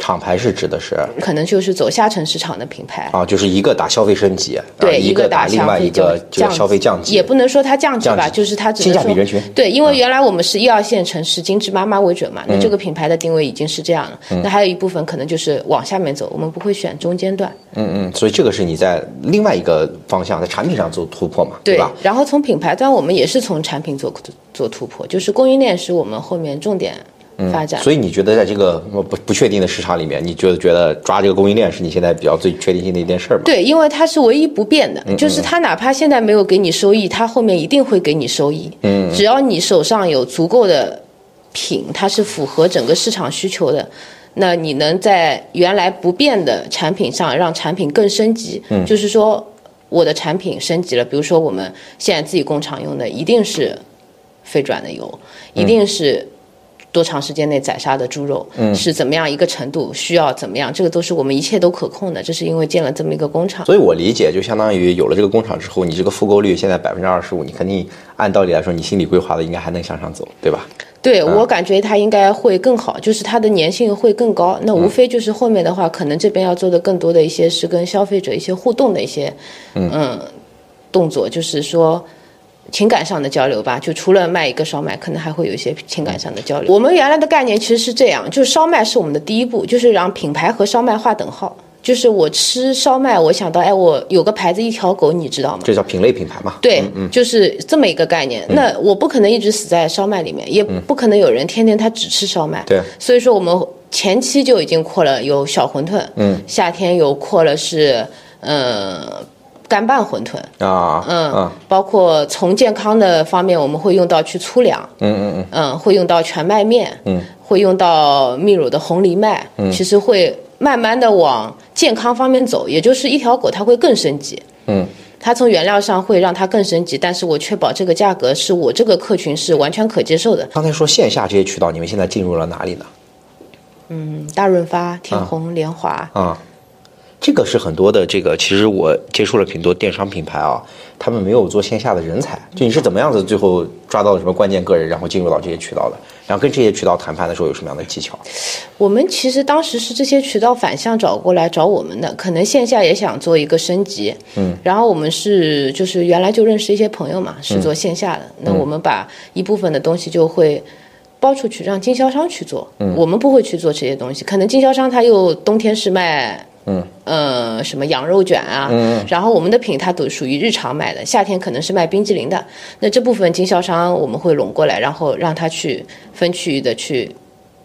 厂牌是指的是
可能就是走下沉市场的品牌。
啊，就是一个打消费升级，啊
对，
一
个
打另
消
外
费
一个这个消费降级
也，不能说它降级吧，
降级
就是它只
性
能
价比
说
人群嗯
对，因为原来我们是一二线城市精致妈妈为准嘛，那这个品牌的定位已经是这样了。
嗯
那还有一部分可能就是往下面走，我们不会选中间段，
嗯嗯，所以这个是你在另外一个方向，在产品上做突破嘛，
对
吧？
然后从品牌端，我们也是从产品做做突破，就是供应链是我们后面重点发展。
嗯所以你觉得在这个呃不不确定的市场里面，你觉得觉得抓这个供应链是你现在比较最确定性的一件事儿吗？嗯
对，因为它是唯一不变的，就是它哪怕现在没有给你收益，它后面一定会给你收益。嗯，只要你手上有足够的品，它是符合整个市场需求的，那你能在原来不变的产品上让产品更升级。嗯，就是说我的产品升级了，比如说我们现在自己工厂用的一定是非转的油，一定是。多长时间内宰杀的猪肉，是怎么样一个程度，需要怎么样，这个都是我们一切都可控的。这是因为建了这么一个工厂，
所以我理解，就相当于有了这个工厂之后，你这个复购率现在百分之二十五，你肯定按道理来说，你心理规划的应该还能向上走，对吧？
对、我感觉它应该会更好，就是它的粘性会更高。那无非就是后面的话，可能这边要做的更多的一些是跟消费者一些互动的一些，嗯动作，就是说。情感上的交流吧，就除了卖一个烧麦，可能还会有一些情感上的交流。我们原来的概念其实是这样，就是烧麦是我们的第一步，就是让品牌和烧麦划等号。就是我吃烧麦，我想到，哎，我有个牌子一条狗，你知道吗？
这叫品类品牌嘛。
对，就是这么一个概念。那我不可能一直死在烧麦里面，也不可能有人天天他只吃烧麦。
对
所以说我们前期就已经扩了有小馄饨，嗯，夏天有扩了是呃干拌馄饨，
啊，
嗯，
啊，
包括从健康的方面，我们会用到去粗粮，嗯嗯嗯，会用到全麦面，嗯，会用到秘鲁的红藜麦，嗯，其实会慢慢的往健康方面走，也就是一条狗它会更升级，嗯。它从原料上会让它更升级，但是我确保这个价格是我这个客群是完全可接受的。
刚才说线下这些渠道，你们现在进入了哪里呢？
啊嗯大润发、天虹、联华，
啊，这个是很多的这个，其实我接触了挺多电商品牌啊，他们没有做线下的人才，就你是怎么样子最后抓到了什么关键个人，然后进入到这些渠道的，然后跟这些渠道谈判的时候有什么样的技巧？
嗯我们其实当时是这些渠道反向找过来找我们的，可能线下也想做一个升级，嗯，然后我们是就是原来就认识一些朋友嘛，是做线下的，那我们把一部分的东西就会。包出去让经销商去做，嗯、我们不会去做这些东西。可能经销商他又冬天是卖，嗯，呃，什么羊肉卷啊，嗯、然后我们的品它都属于日常卖的，夏天可能是卖冰激凌的。那这部分经销商我们会拢过来，然后让他去分区域的去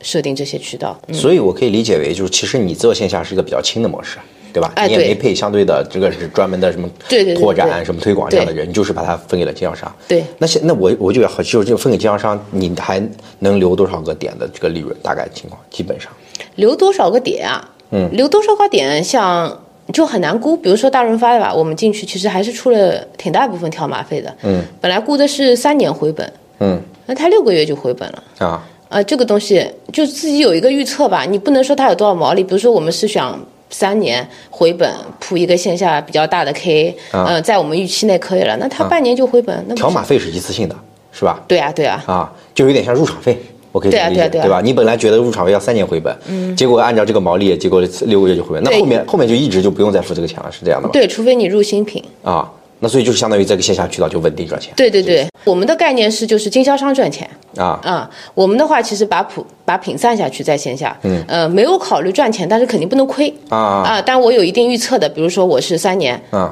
设定这些渠道。嗯、
所以我可以理解为，就是其实你做线下是一个比较轻的模式，对吧？
哎
你也
对
没配相对的这个是专门的什么
对对对
拓
对
展、什么推广这样的
对
人，你就是把它分给了经销商。
对
那现那我我就要好，就是这个分给经销商，你还能留多少个点的这个利润？大概情况基本上。
留多少个点啊？嗯，留多少个点，像就很难估。比如说大润发的吧，我们进去其实还是出了挺大一部分跳马费的。嗯，本来估的是三年回本，
嗯
那他六个月就回本了。
啊，
呃，这个东西就自己有一个预测吧，你不能说它有多少毛利。比如说，我们是想三年回本铺一个线下比较大的 K，、呃，在我们预期内可以了，那它半年就回本，那不
条
是
码费是一次性的，是吧？
对啊，对啊，
啊，就有点像入场费，我可以
对啊
理解，
对啊对啊
吧？你本来觉得入场费要三年回本，嗯，结果按照这个毛利，结果六个月就回本，那
对
后面后面就一直就不用再付这个钱了，是这样的吗？
对，除非你入新品。
啊，那所以就是相当于这个线下渠道就稳定赚钱。
对对对，我们的概念是就是经销商赚钱。
啊，
啊、我们的话其实把普把品散下去在线下，嗯，呃，没有考虑赚钱，但是肯定不能亏
啊啊
但我有一定预测的，比如说我是三年，
啊，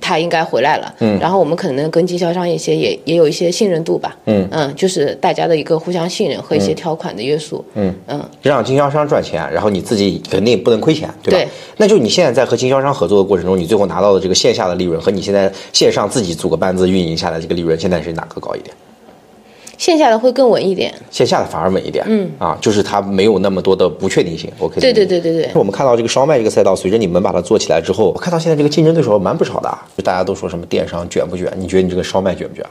他应该回来了，嗯，然后我们可能跟经销商一些也也有一些信任度吧，嗯就是大家的一个互相信任和一些条款的约束，嗯嗯，
让经销商赚钱，然后你自己肯定不能亏钱，对吧？
对
那就你现在在和经销商合作的过程中，你最后拿到的这个线下的利润和你现在线上自己组个班子运营下来这个利润，现在是哪个高一点？
线下的会更稳一点，
线下的反而稳一点，嗯啊，就是它没有那么多的不确定性。我可以
对
理解
对对对对
我们看到这个烧麦这个赛道，随着你们把它做起来之后，我看到现在这个竞争对手蛮不少的啊，就大家都说什么电商卷不卷？你觉得你这个烧麦卷不卷？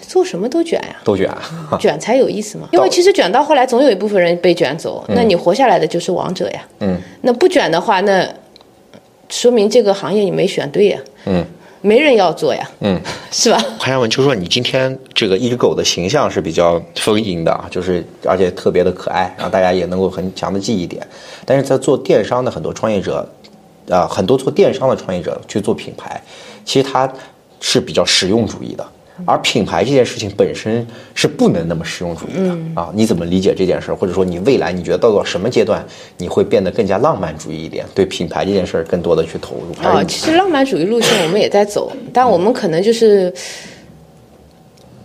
做什么都卷呀、
都卷啊，
卷才有意思嘛。因为其实卷到后来，总有一部分人被卷走，那你活下来的就是王者呀。嗯，那不卷的话，那说明这个行业你没选对呀。嗯，没人要做呀。嗯， 是吧？
还想问，就是说你今天这个一只狗的形象是比较丰盈的啊，就是而且特别的可爱，然后大家也能够很强的记忆点。但是在做电商的很多创业者，啊，很多做电商的创业者去做品牌，其实他是比较实用主义的。而品牌这件事情本身是不能那么实用主义的、啊！你怎么理解这件事儿？或者说你未来你觉得到了什么阶段，你会变得更加浪漫主义一点，对品牌这件事儿更多的去投入？还是
啊，
你
其实浪漫主义路线我们也在走，但我们可能就是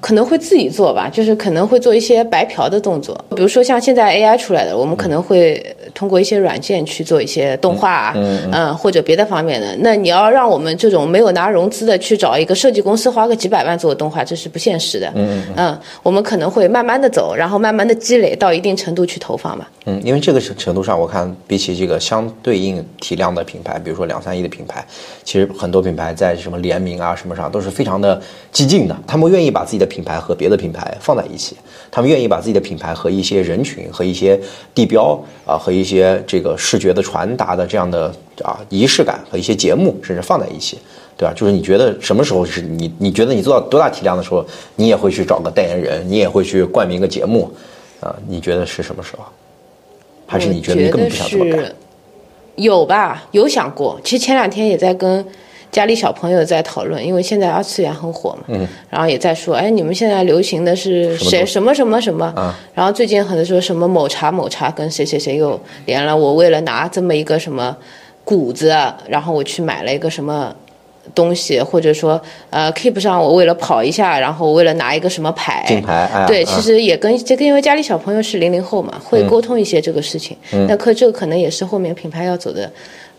可能会自己做吧，就是可能会做一些白嫖的动作，比如说像现在 AI 出来的，我们可能会通过一些软件去做一些动画啊，嗯或者别的方面的。那你要让我们这种没有拿融资的去找一个设计公司花个几百万做个动画，这是不现实的。嗯我们可能会慢慢的走，然后慢慢的积累到一定程度去投放吧。
嗯，因为这个程程度上，我看比起这个相对应体量的品牌，比如说两三亿的品牌，其实很多品牌在什么联名啊什么上都是非常的激进的，他们愿意把自己的品牌和别的品牌放在一起，他们愿意把自己的品牌和一些人群、和一些地标啊、和一些这个视觉的传达的这样的啊仪式感和一些节目，甚至放在一起。对吧？就是你觉得什么时候是你？你觉得你做到多大体量的时候，你也会去找个代言人，你也会去冠名个节目，啊、你觉得是什么时候？还是你觉得你根本不想这么
我觉
干
得？是有吧，有想过。其实前两天也在跟家里小朋友在讨论，因为现在二次元很火嘛，嗯，然后也在说，哎，你们现在流行的是谁什么什么什么
啊
然后最近很多说什么某茶某茶跟谁谁谁又连了，我为了拿这么一个什么谷子，然后我去买了一个什么。东西，或者说，呃，keep 上我为了跑一下，然后我为了拿一个什么牌，
金牌哎呀
对，
嗯
其实也跟这个，因为家里小朋友是零零后嘛，会沟通一些这个事情。
嗯
那可这个可能也是后面品牌要走的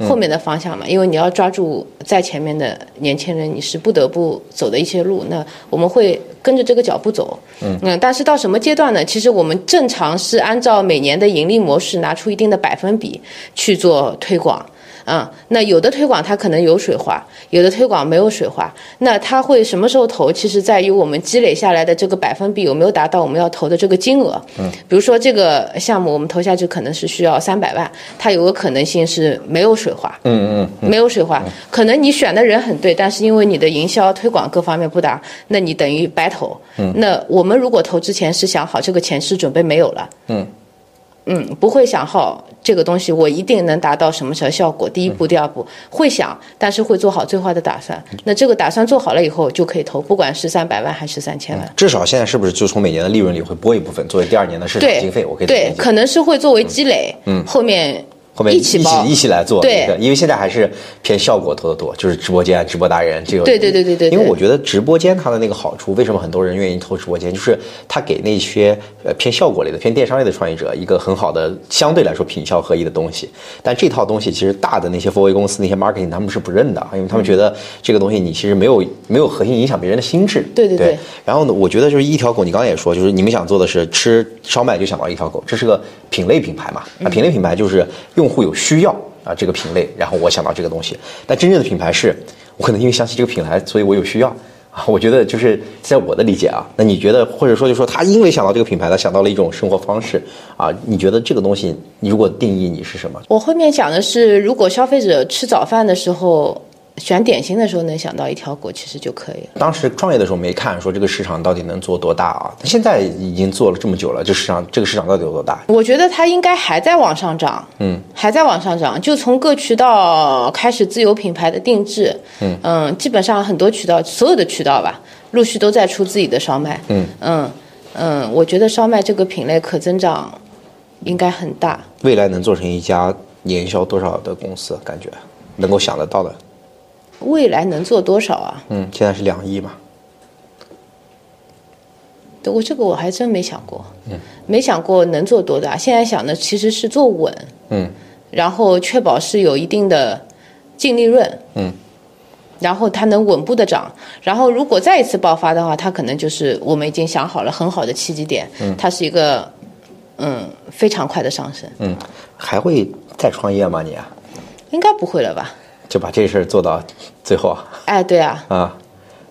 后面的方向嘛，因为你要抓住在前面的年轻人，你是不得不走的一些路。那我们会跟着这个脚步走。嗯，但是到什么阶段呢？其实我们正常是按照每年的盈利模式拿出一定的百分比去做推广。嗯，那有的推广它可能有水花，有的推广没有水花，那它会什么时候投，其实在于我们积累下来的这个百分比有没有达到我们要投的这个金额。嗯，比如说这个项目我们投下去可能是需要三百万，它有个可能性是没有水花。
嗯嗯
没有水花，可能你选的人很对，但是因为你的营销推广各方面不达，那你等于白投。
嗯
那我们如果投之前是想好这个钱是准备没有了，
嗯
嗯，不会想好这个东西我一定能达到什么什么效果，第一步、第二步会想，但是会做好最坏的打算。
嗯
那这个打算做好了以后就可以投，不管是三百万还是三千万。
至少现在是不是就从每年的利润里会拨一部分作为第二年的市场
对，
啊经费？我可以这么
对
理，解
可能是会作为积累，
嗯
后面
后面
一
起
起包
一起来做，
对
因为现在还是偏效果投的多，就是直播间、直播达人这个。
对对对对对对
因为我觉得直播间它的那个好处，为什么很多人愿意投直播间，就是它给那些呃偏效果类的、偏电商类的创业者一个很好的相对来说品效合一的东西。但这套东西其实大的那些 4A 公司、那些 marketing 他们是不认的，因为他
嗯
们觉得这个东西你其实没有没有核心影响别人的心智。
对对对
然后呢，我觉得就是一条狗，你刚才也说，就是你们想做的是吃烧麦就想到一条狗，这是个品类品牌嘛？啊，品类品牌就是用户有需要啊这个品类，然后我想到这个东西。但真正的品牌是，我可能因为想起这个品牌，所以我有需要啊。我觉得就是在我的理解啊，那你觉得或者说就说他因为想到这个品牌，他想到了一种生活方式啊？你觉得这个东西，你如果定义你是什么？
我后面讲的是，如果消费者吃早饭的时候选点心的时候能想到一条狗，其实就可以了。
当时创业的时候没看说这个市场到底能做多大啊？现在已经做了这么久了，这市场这个市场到底有多大？
我觉得它应该还在往上涨，嗯，还在往上涨。就从各渠道开始自有品牌的定制，嗯基本上很多渠道，所有的渠道吧，陆续都在出自己的烧麦，嗯嗯嗯，我觉得烧麦这个品类可增长应该很大。
未来能做成一家年销多少的公司？感觉能够想得到的，
未来能做多少啊？
嗯，现在是两亿嘛，
对我这个我还真没想过，嗯，没想过能做多大。现在想的其实是做稳，
嗯，
然后确保是有一定的净利润，嗯，然后它能稳步的涨。然后如果再一次爆发的话，它可能就是我们已经想好了很好的契机点，嗯，它是一个嗯非常快的上升，
嗯，还会再创业吗你？啊
应该不会了吧？
就把这事儿做到最后啊
哎，对啊，
啊！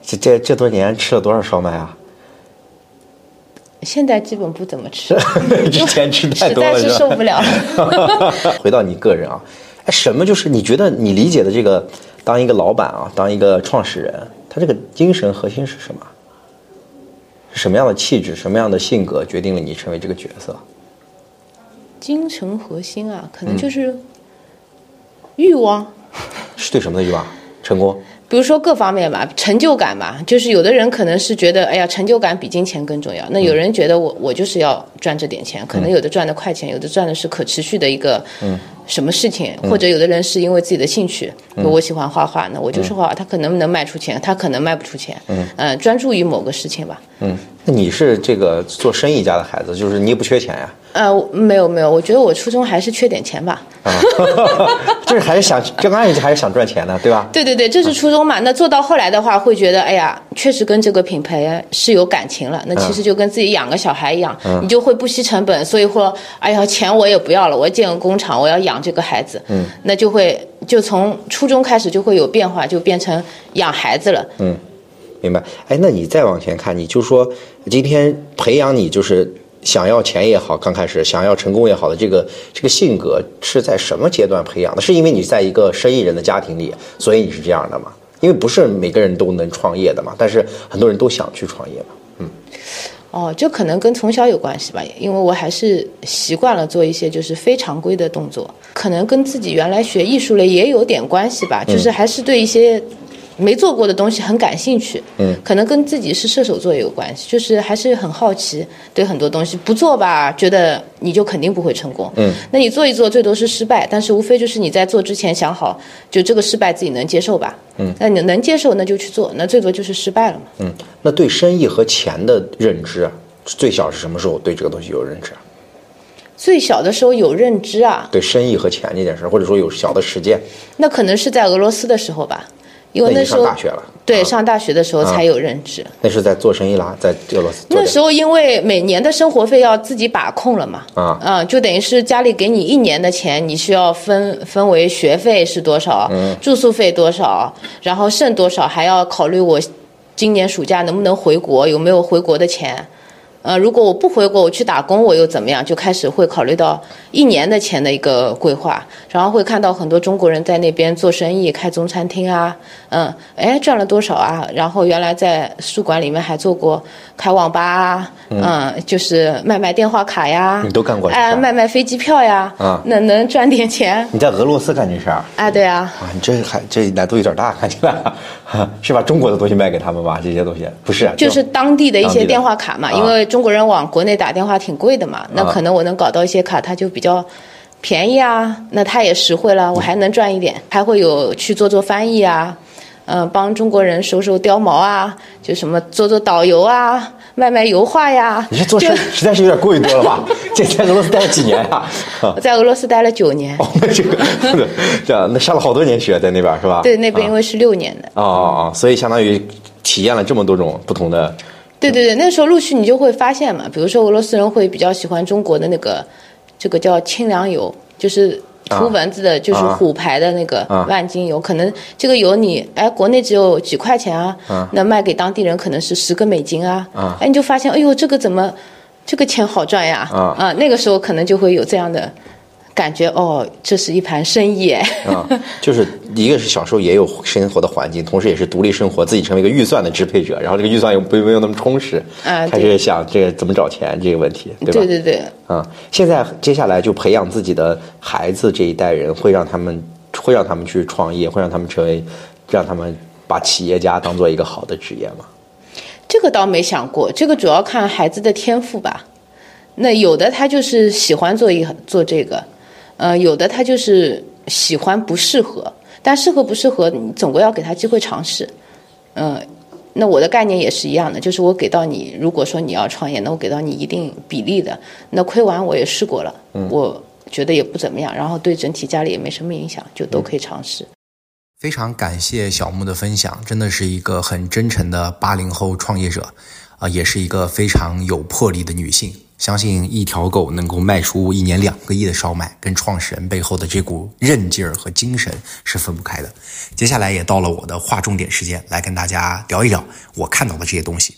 这这这多年吃了多少烧麦 啊？
现在基本不怎么吃，
之前吃 太
实
多
在
了
是
是
受
吧？
不了 了。
回到你个人啊，哎，什么就是你觉得你理解的这个，当一个老板啊，当一个创始人，他这个精神核心是什么？是什么样的气质，什么样的性格决定了你成为这个角色？
精神核心啊，
嗯
可能就是欲望。
是对什么的欲望？成功？
比如说各方面吧，成就感吧，就是有的人可能是觉得，哎呀，成就感比金钱更重要。那有人觉得我我就是要赚这点钱，可能有的赚的快钱，有的赚的是可持续的一个什么事情，或者有的人是因为自己的兴趣，我喜欢画画，那我就是画画，他可能能卖出钱，他可能卖不出钱，嗯、专注于某个事情吧。
嗯，那你是这个做生意家的孩子，就是你也不缺钱呀、
呃，我没有没有，我觉得我初衷还是缺点钱吧。
就是还是想，刚开始还是想赚钱的，对吧？
对对对，这是初衷嘛。那做到后来的话，会觉得哎呀，确实跟这个品牌是有感情了。那其实就跟自己养个小孩一样，你就会不惜成本。所以说，哎呀，钱我也不要了，我要建个工厂，我要养这个孩子。嗯，那就会就从初中开始就会有变化，就变成养孩子了。
明白。哎，那你再往前看，你就说今天培养你就是想要钱也好，刚开始想要成功也好的这个这个性格是在什么阶段培养的？是因为你在一个生意人的家庭里，所以你是这样的吗？因为不是每个人都能创业的嘛，但是很多人都想去创业嘛。
哦，这可能跟从小有关系吧，因为我还是习惯了做一些就是非常规的动作，可能跟自己原来学艺术类也有点关系吧，就是还是对一些没做过的东西很感兴趣。嗯，可能跟自己是射手座也有关系，就是还是很好奇，对很多东西不做吧，觉得你就肯定不会成功。嗯，那你做一做，最多是失败，但是无非就是你在做之前想好，就这个失败自己能接受吧。嗯，那你能接受，那就去做，那最多就是失败了嘛。
嗯，那对生意和钱的认知啊，最小是什么时候对这个东西有认知啊？
最小的时候有认知啊，
对生意和钱这件事儿，或者说有小的实践，
那可能是在俄罗斯的时候吧，因为
那已经
时候
上大学了
对
啊
上大学的时候才有认知。
那是在做生意啦，在俄罗斯做
那
点
时候因为每年的生活费要自己把控了嘛，
啊
嗯，就等于是家里给你一年的钱，你需要分分为学费是多少，
嗯
住宿费多少，然后剩多少还要考虑我今年暑假能不能回国，有没有回国的钱。呃，如果我不回国，我去打工，我又怎么样？就开始会考虑到一年的钱的一个规划，然后会看到很多中国人在那边做生意，开中餐厅啊，嗯，哎，赚了多少啊？然后原来在书馆里面还做过开网吧啊，嗯，就是卖卖电话卡呀，
你都干过这事
哎，
儿
卖卖飞机票呀，
啊
那能赚点钱
你在俄罗斯干这事儿
啊？对啊，
啊？你这还这难度有点大，看起来是把中国的东西卖给他们吧？这些东西不是啊，
就是当地的一
当地
些
的
电话卡嘛，
啊
因为中国人往国内打电话挺贵的嘛，那
啊
可能我能搞到一些卡，它就比较便宜啊，那它也实惠
嗯
了，我还能赚一点，还会有去做做翻译啊，嗯、帮中国人收收貂毛啊，就什么做做导游啊，卖卖油画呀。
你这做
就
事实在是有点过于多了吧？这在俄罗斯待了几年啊？啊
我在俄罗斯待了九年，
哦，那这个这样那上了好多年学在那边是吧？
对，那边因为是六年的，
哦哦哦，所以相当于体验了这么多种不同的
对对对，那时候陆续你就会发现嘛，比如说俄罗斯人会比较喜欢中国的那个，这个叫清凉油，就是涂蚊子的，就是虎牌的那个
啊
万金油。可能这个油你哎，国内只有几块钱啊，那卖给当地人可能是十个美金啊，
啊
哎，你就发现哎呦，这个怎么这个钱好赚呀？
啊
那个时候可能就会有这样的感觉，哦，这是一盘生意哎。
啊，就是一个是小时候也有生活的环境，同时也是独立生活，自己成为一个预算的支配者，然后这个预算又不没有那么充实，
啊
开始想这个怎么找钱这个问题，对吧？
对对对，
啊、现在接下来就培养自己的孩子这一代人，会让他们会让他们去创业，会让他们成为，让他们把企业家当做一个好的职业嘛？
这个倒没想过，这个主要看孩子的天赋吧。那有的他就是喜欢做一做这个，呃，有的他就是喜欢不适合，但适合不适合，你总归要给他机会尝试。嗯、那我的概念也是一样的，就是我给到你，如果说你要创业，那我给到你一定比例的。那亏完我也试过了，我觉得也不怎么样，然后对整体家里也没什么影响，就都可以尝试。
非常感谢小木的分享，真的是一个很真诚的八零后创业者，啊、也是一个非常有魄力的女性。相信一条狗能够卖出一年两个亿的烧麦，跟创始人背后的这股韧劲儿和精神是分不开的。接下来也到了我的划重点时间，来跟大家聊一聊我看到的这些东西。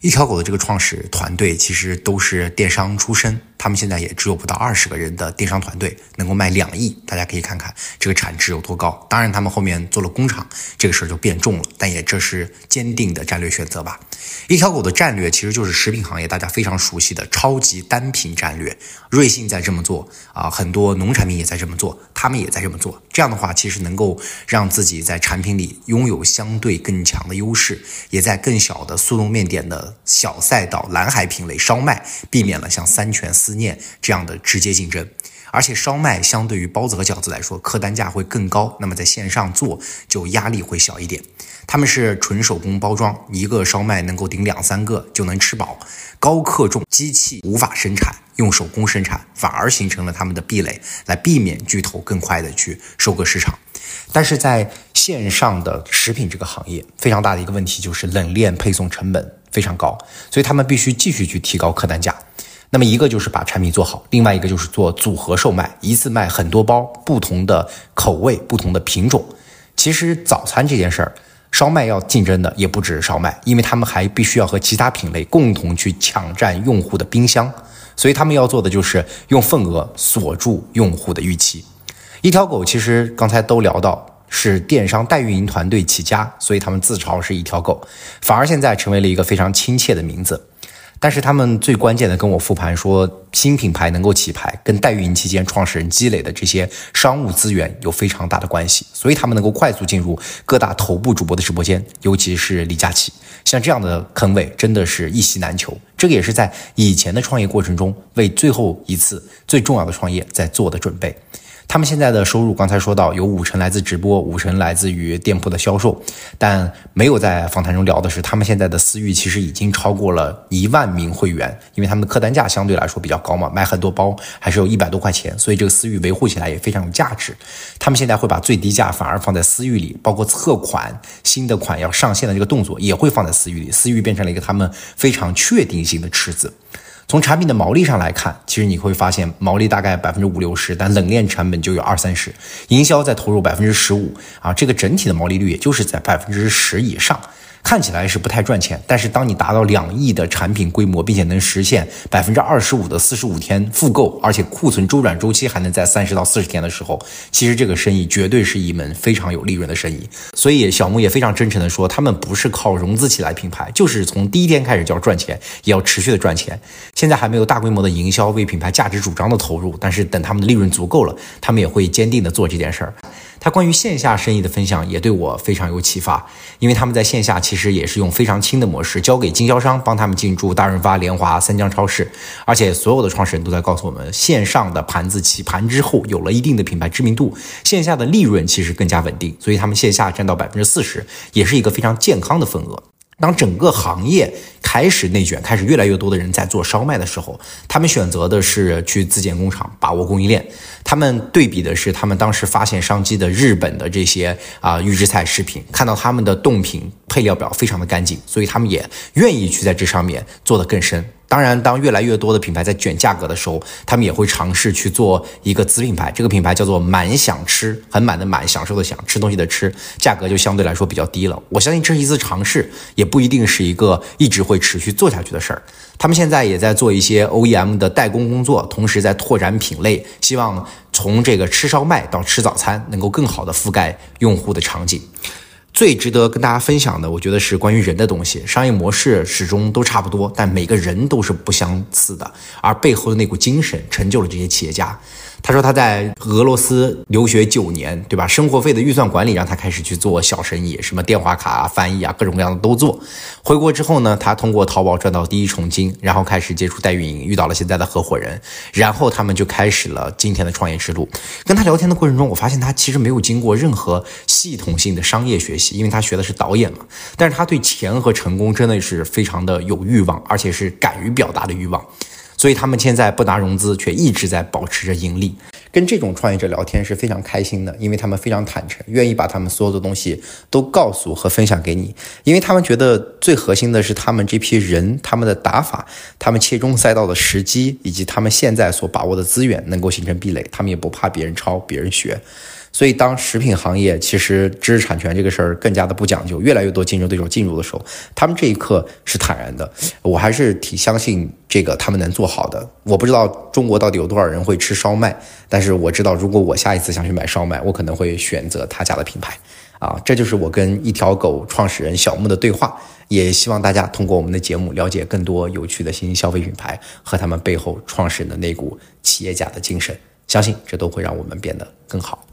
一条狗的这个创始团队其实都是电商出身，他们现在也只有不到二十个人的电商团队，能够卖两亿，大家可以看看这个产值有多高。当然，他们后面做了工厂，这个事儿就变重了，但也这是坚定的战略选择吧。一条狗的战略其实就是食品行业大家非常熟悉的超级单品战略，瑞幸在这么做啊、很多农产品也在这么做，他们也在这么做。这样的话，其实能够让自己在产品里拥有相对更强的优势，也在更小的速冻面点的小赛道蓝海品类烧麦，避免了像三全思念这样的直接竞争。而且烧麦相对于包子和饺子来说，客单价会更高，那么在线上做就压力会小一点。他们是纯手工包装，一个烧麦能够顶两三个就能吃饱，高克重，机器无法生产，用手工生产反而形成了他们的壁垒，来避免巨头更快的去收割市场。但是在线上的食品这个行业，非常大的一个问题就是冷链配送成本非常高，所以他们必须继续去提高客单价。那么一个就是把产品做好，另外一个就是做组合售卖，一次卖很多包，不同的口味、不同的品种。其实早餐这件事儿，烧麦要竞争的也不只是烧麦，因为他们还必须要和其他品类共同去抢占用户的冰箱，所以他们要做的就是用份额锁住用户的预期。一条狗其实刚才都聊到是电商代运营团队起家，所以他们自嘲是一条狗，反而现在成为了一个非常亲切的名字。但是他们最关键的跟我复盘说，新品牌能够起牌，跟代运营期间创始人积累的这些商务资源有非常大的关系，所以他们能够快速进入各大头部主播的直播间，尤其是李佳琦，像这样的坑位真的是一席难求。这个也是在以前的创业过程中为最后一次最重要的创业在做的准备。他们现在的收入，刚才说到有五成来自直播，五成来自于店铺的销售，但没有在访谈中聊的是，他们现在的私域其实已经超过了一万名会员，因为他们的客单价相对来说比较高嘛，买很多包还是有一百多块钱，所以这个私域维护起来也非常有价值。他们现在会把最低价反而放在私域里，包括测款、新的款要上线的这个动作也会放在私域里，私域变成了一个他们非常确定性的池子。从产品的毛利上来看，其实你会发现毛利大概百分之五六十，但冷链成本就有二三十，营销再投入百分之十五啊，这个整体的毛利率也就是在百分之十以上。看起来是不太赚钱，但是当你达到两亿的产品规模，并且能实现百分之二十五的四十五天复购，而且库存周转周期还能在三十到四十天的时候，其实这个生意绝对是一门非常有利润的生意。所以小木也非常真诚的说，他们不是靠融资起来品牌，就是从第一天开始就要赚钱，也要持续的赚钱。现在还没有大规模的营销为品牌价值主张的投入，但是等他们的利润足够了，他们也会坚定的做这件事儿。他关于线下生意的分享也对我非常有启发，因为他们在线下其实也是用非常轻的模式交给经销商帮他们进驻大润发、联华、三江超市，而且所有的创始人都在告诉我们，线上的盘子起盘之后有了一定的品牌知名度，线下的利润其实更加稳定，所以他们线下占到百分之四十，也是一个非常健康的份额。当整个行业开始内卷，开始越来越多的人在做烧麦的时候，他们选择的是去自建工厂，把握供应链。他们对比的是他们当时发现商机的日本的这些啊、预制菜食品，看到他们的冻品配料表非常的干净，所以他们也愿意去在这上面做得更深。当然，当越来越多的品牌在卷价格的时候，他们也会尝试去做一个子品牌，这个品牌叫做“满想吃”，很满的满，享受的享，吃东西的吃，价格就相对来说比较低了。我相信这是一次尝试，也不一定是一个一直会持续做下去的事儿。他们现在也在做一些 OEM 的代工工作，同时在拓展品类，希望从这个吃烧麦到吃早餐，能够更好的覆盖用户的场景。最值得跟大家分享的，我觉得是关于人的东西。商业模式始终都差不多，但每个人都是不相似的，而背后的那股精神成就了这些企业家。他说他在俄罗斯留学九年，对吧？生活费的预算管理让他开始去做小生意，什么电话卡啊、翻译啊，各种各样的都做。回国之后呢，他通过淘宝赚到第一桶金，然后开始接触代运营，遇到了现在的合伙人，然后他们就开始了今天的创业之路。跟他聊天的过程中，我发现他其实没有经过任何系统性的商业学习，因为他学的是导演嘛。但是他对钱和成功真的是非常的有欲望，而且是敢于表达的欲望。所以他们现在不拿融资，却一直在保持着盈利。跟这种创业者聊天是非常开心的，因为他们非常坦诚，愿意把他们所有的东西都告诉和分享给你。因为他们觉得最核心的是他们这批人、他们的打法、他们切中赛道的时机，以及他们现在所把握的资源能够形成壁垒，他们也不怕别人抄、别人学。所以，当食品行业其实知识产权这个事儿更加的不讲究，越来越多竞争对手进入的时候，他们这一刻是坦然的。我还是挺相信这个他们能做好的。我不知道中国到底有多少人会吃烧麦，但是我知道，如果我下一次想去买烧麦，我可能会选择他家的品牌。啊，这就是我跟一条狗创始人小木的对话。也希望大家通过我们的节目了解更多有趣的新兴消费品牌和他们背后创始人的那股企业家的精神，相信这都会让我们变得更好。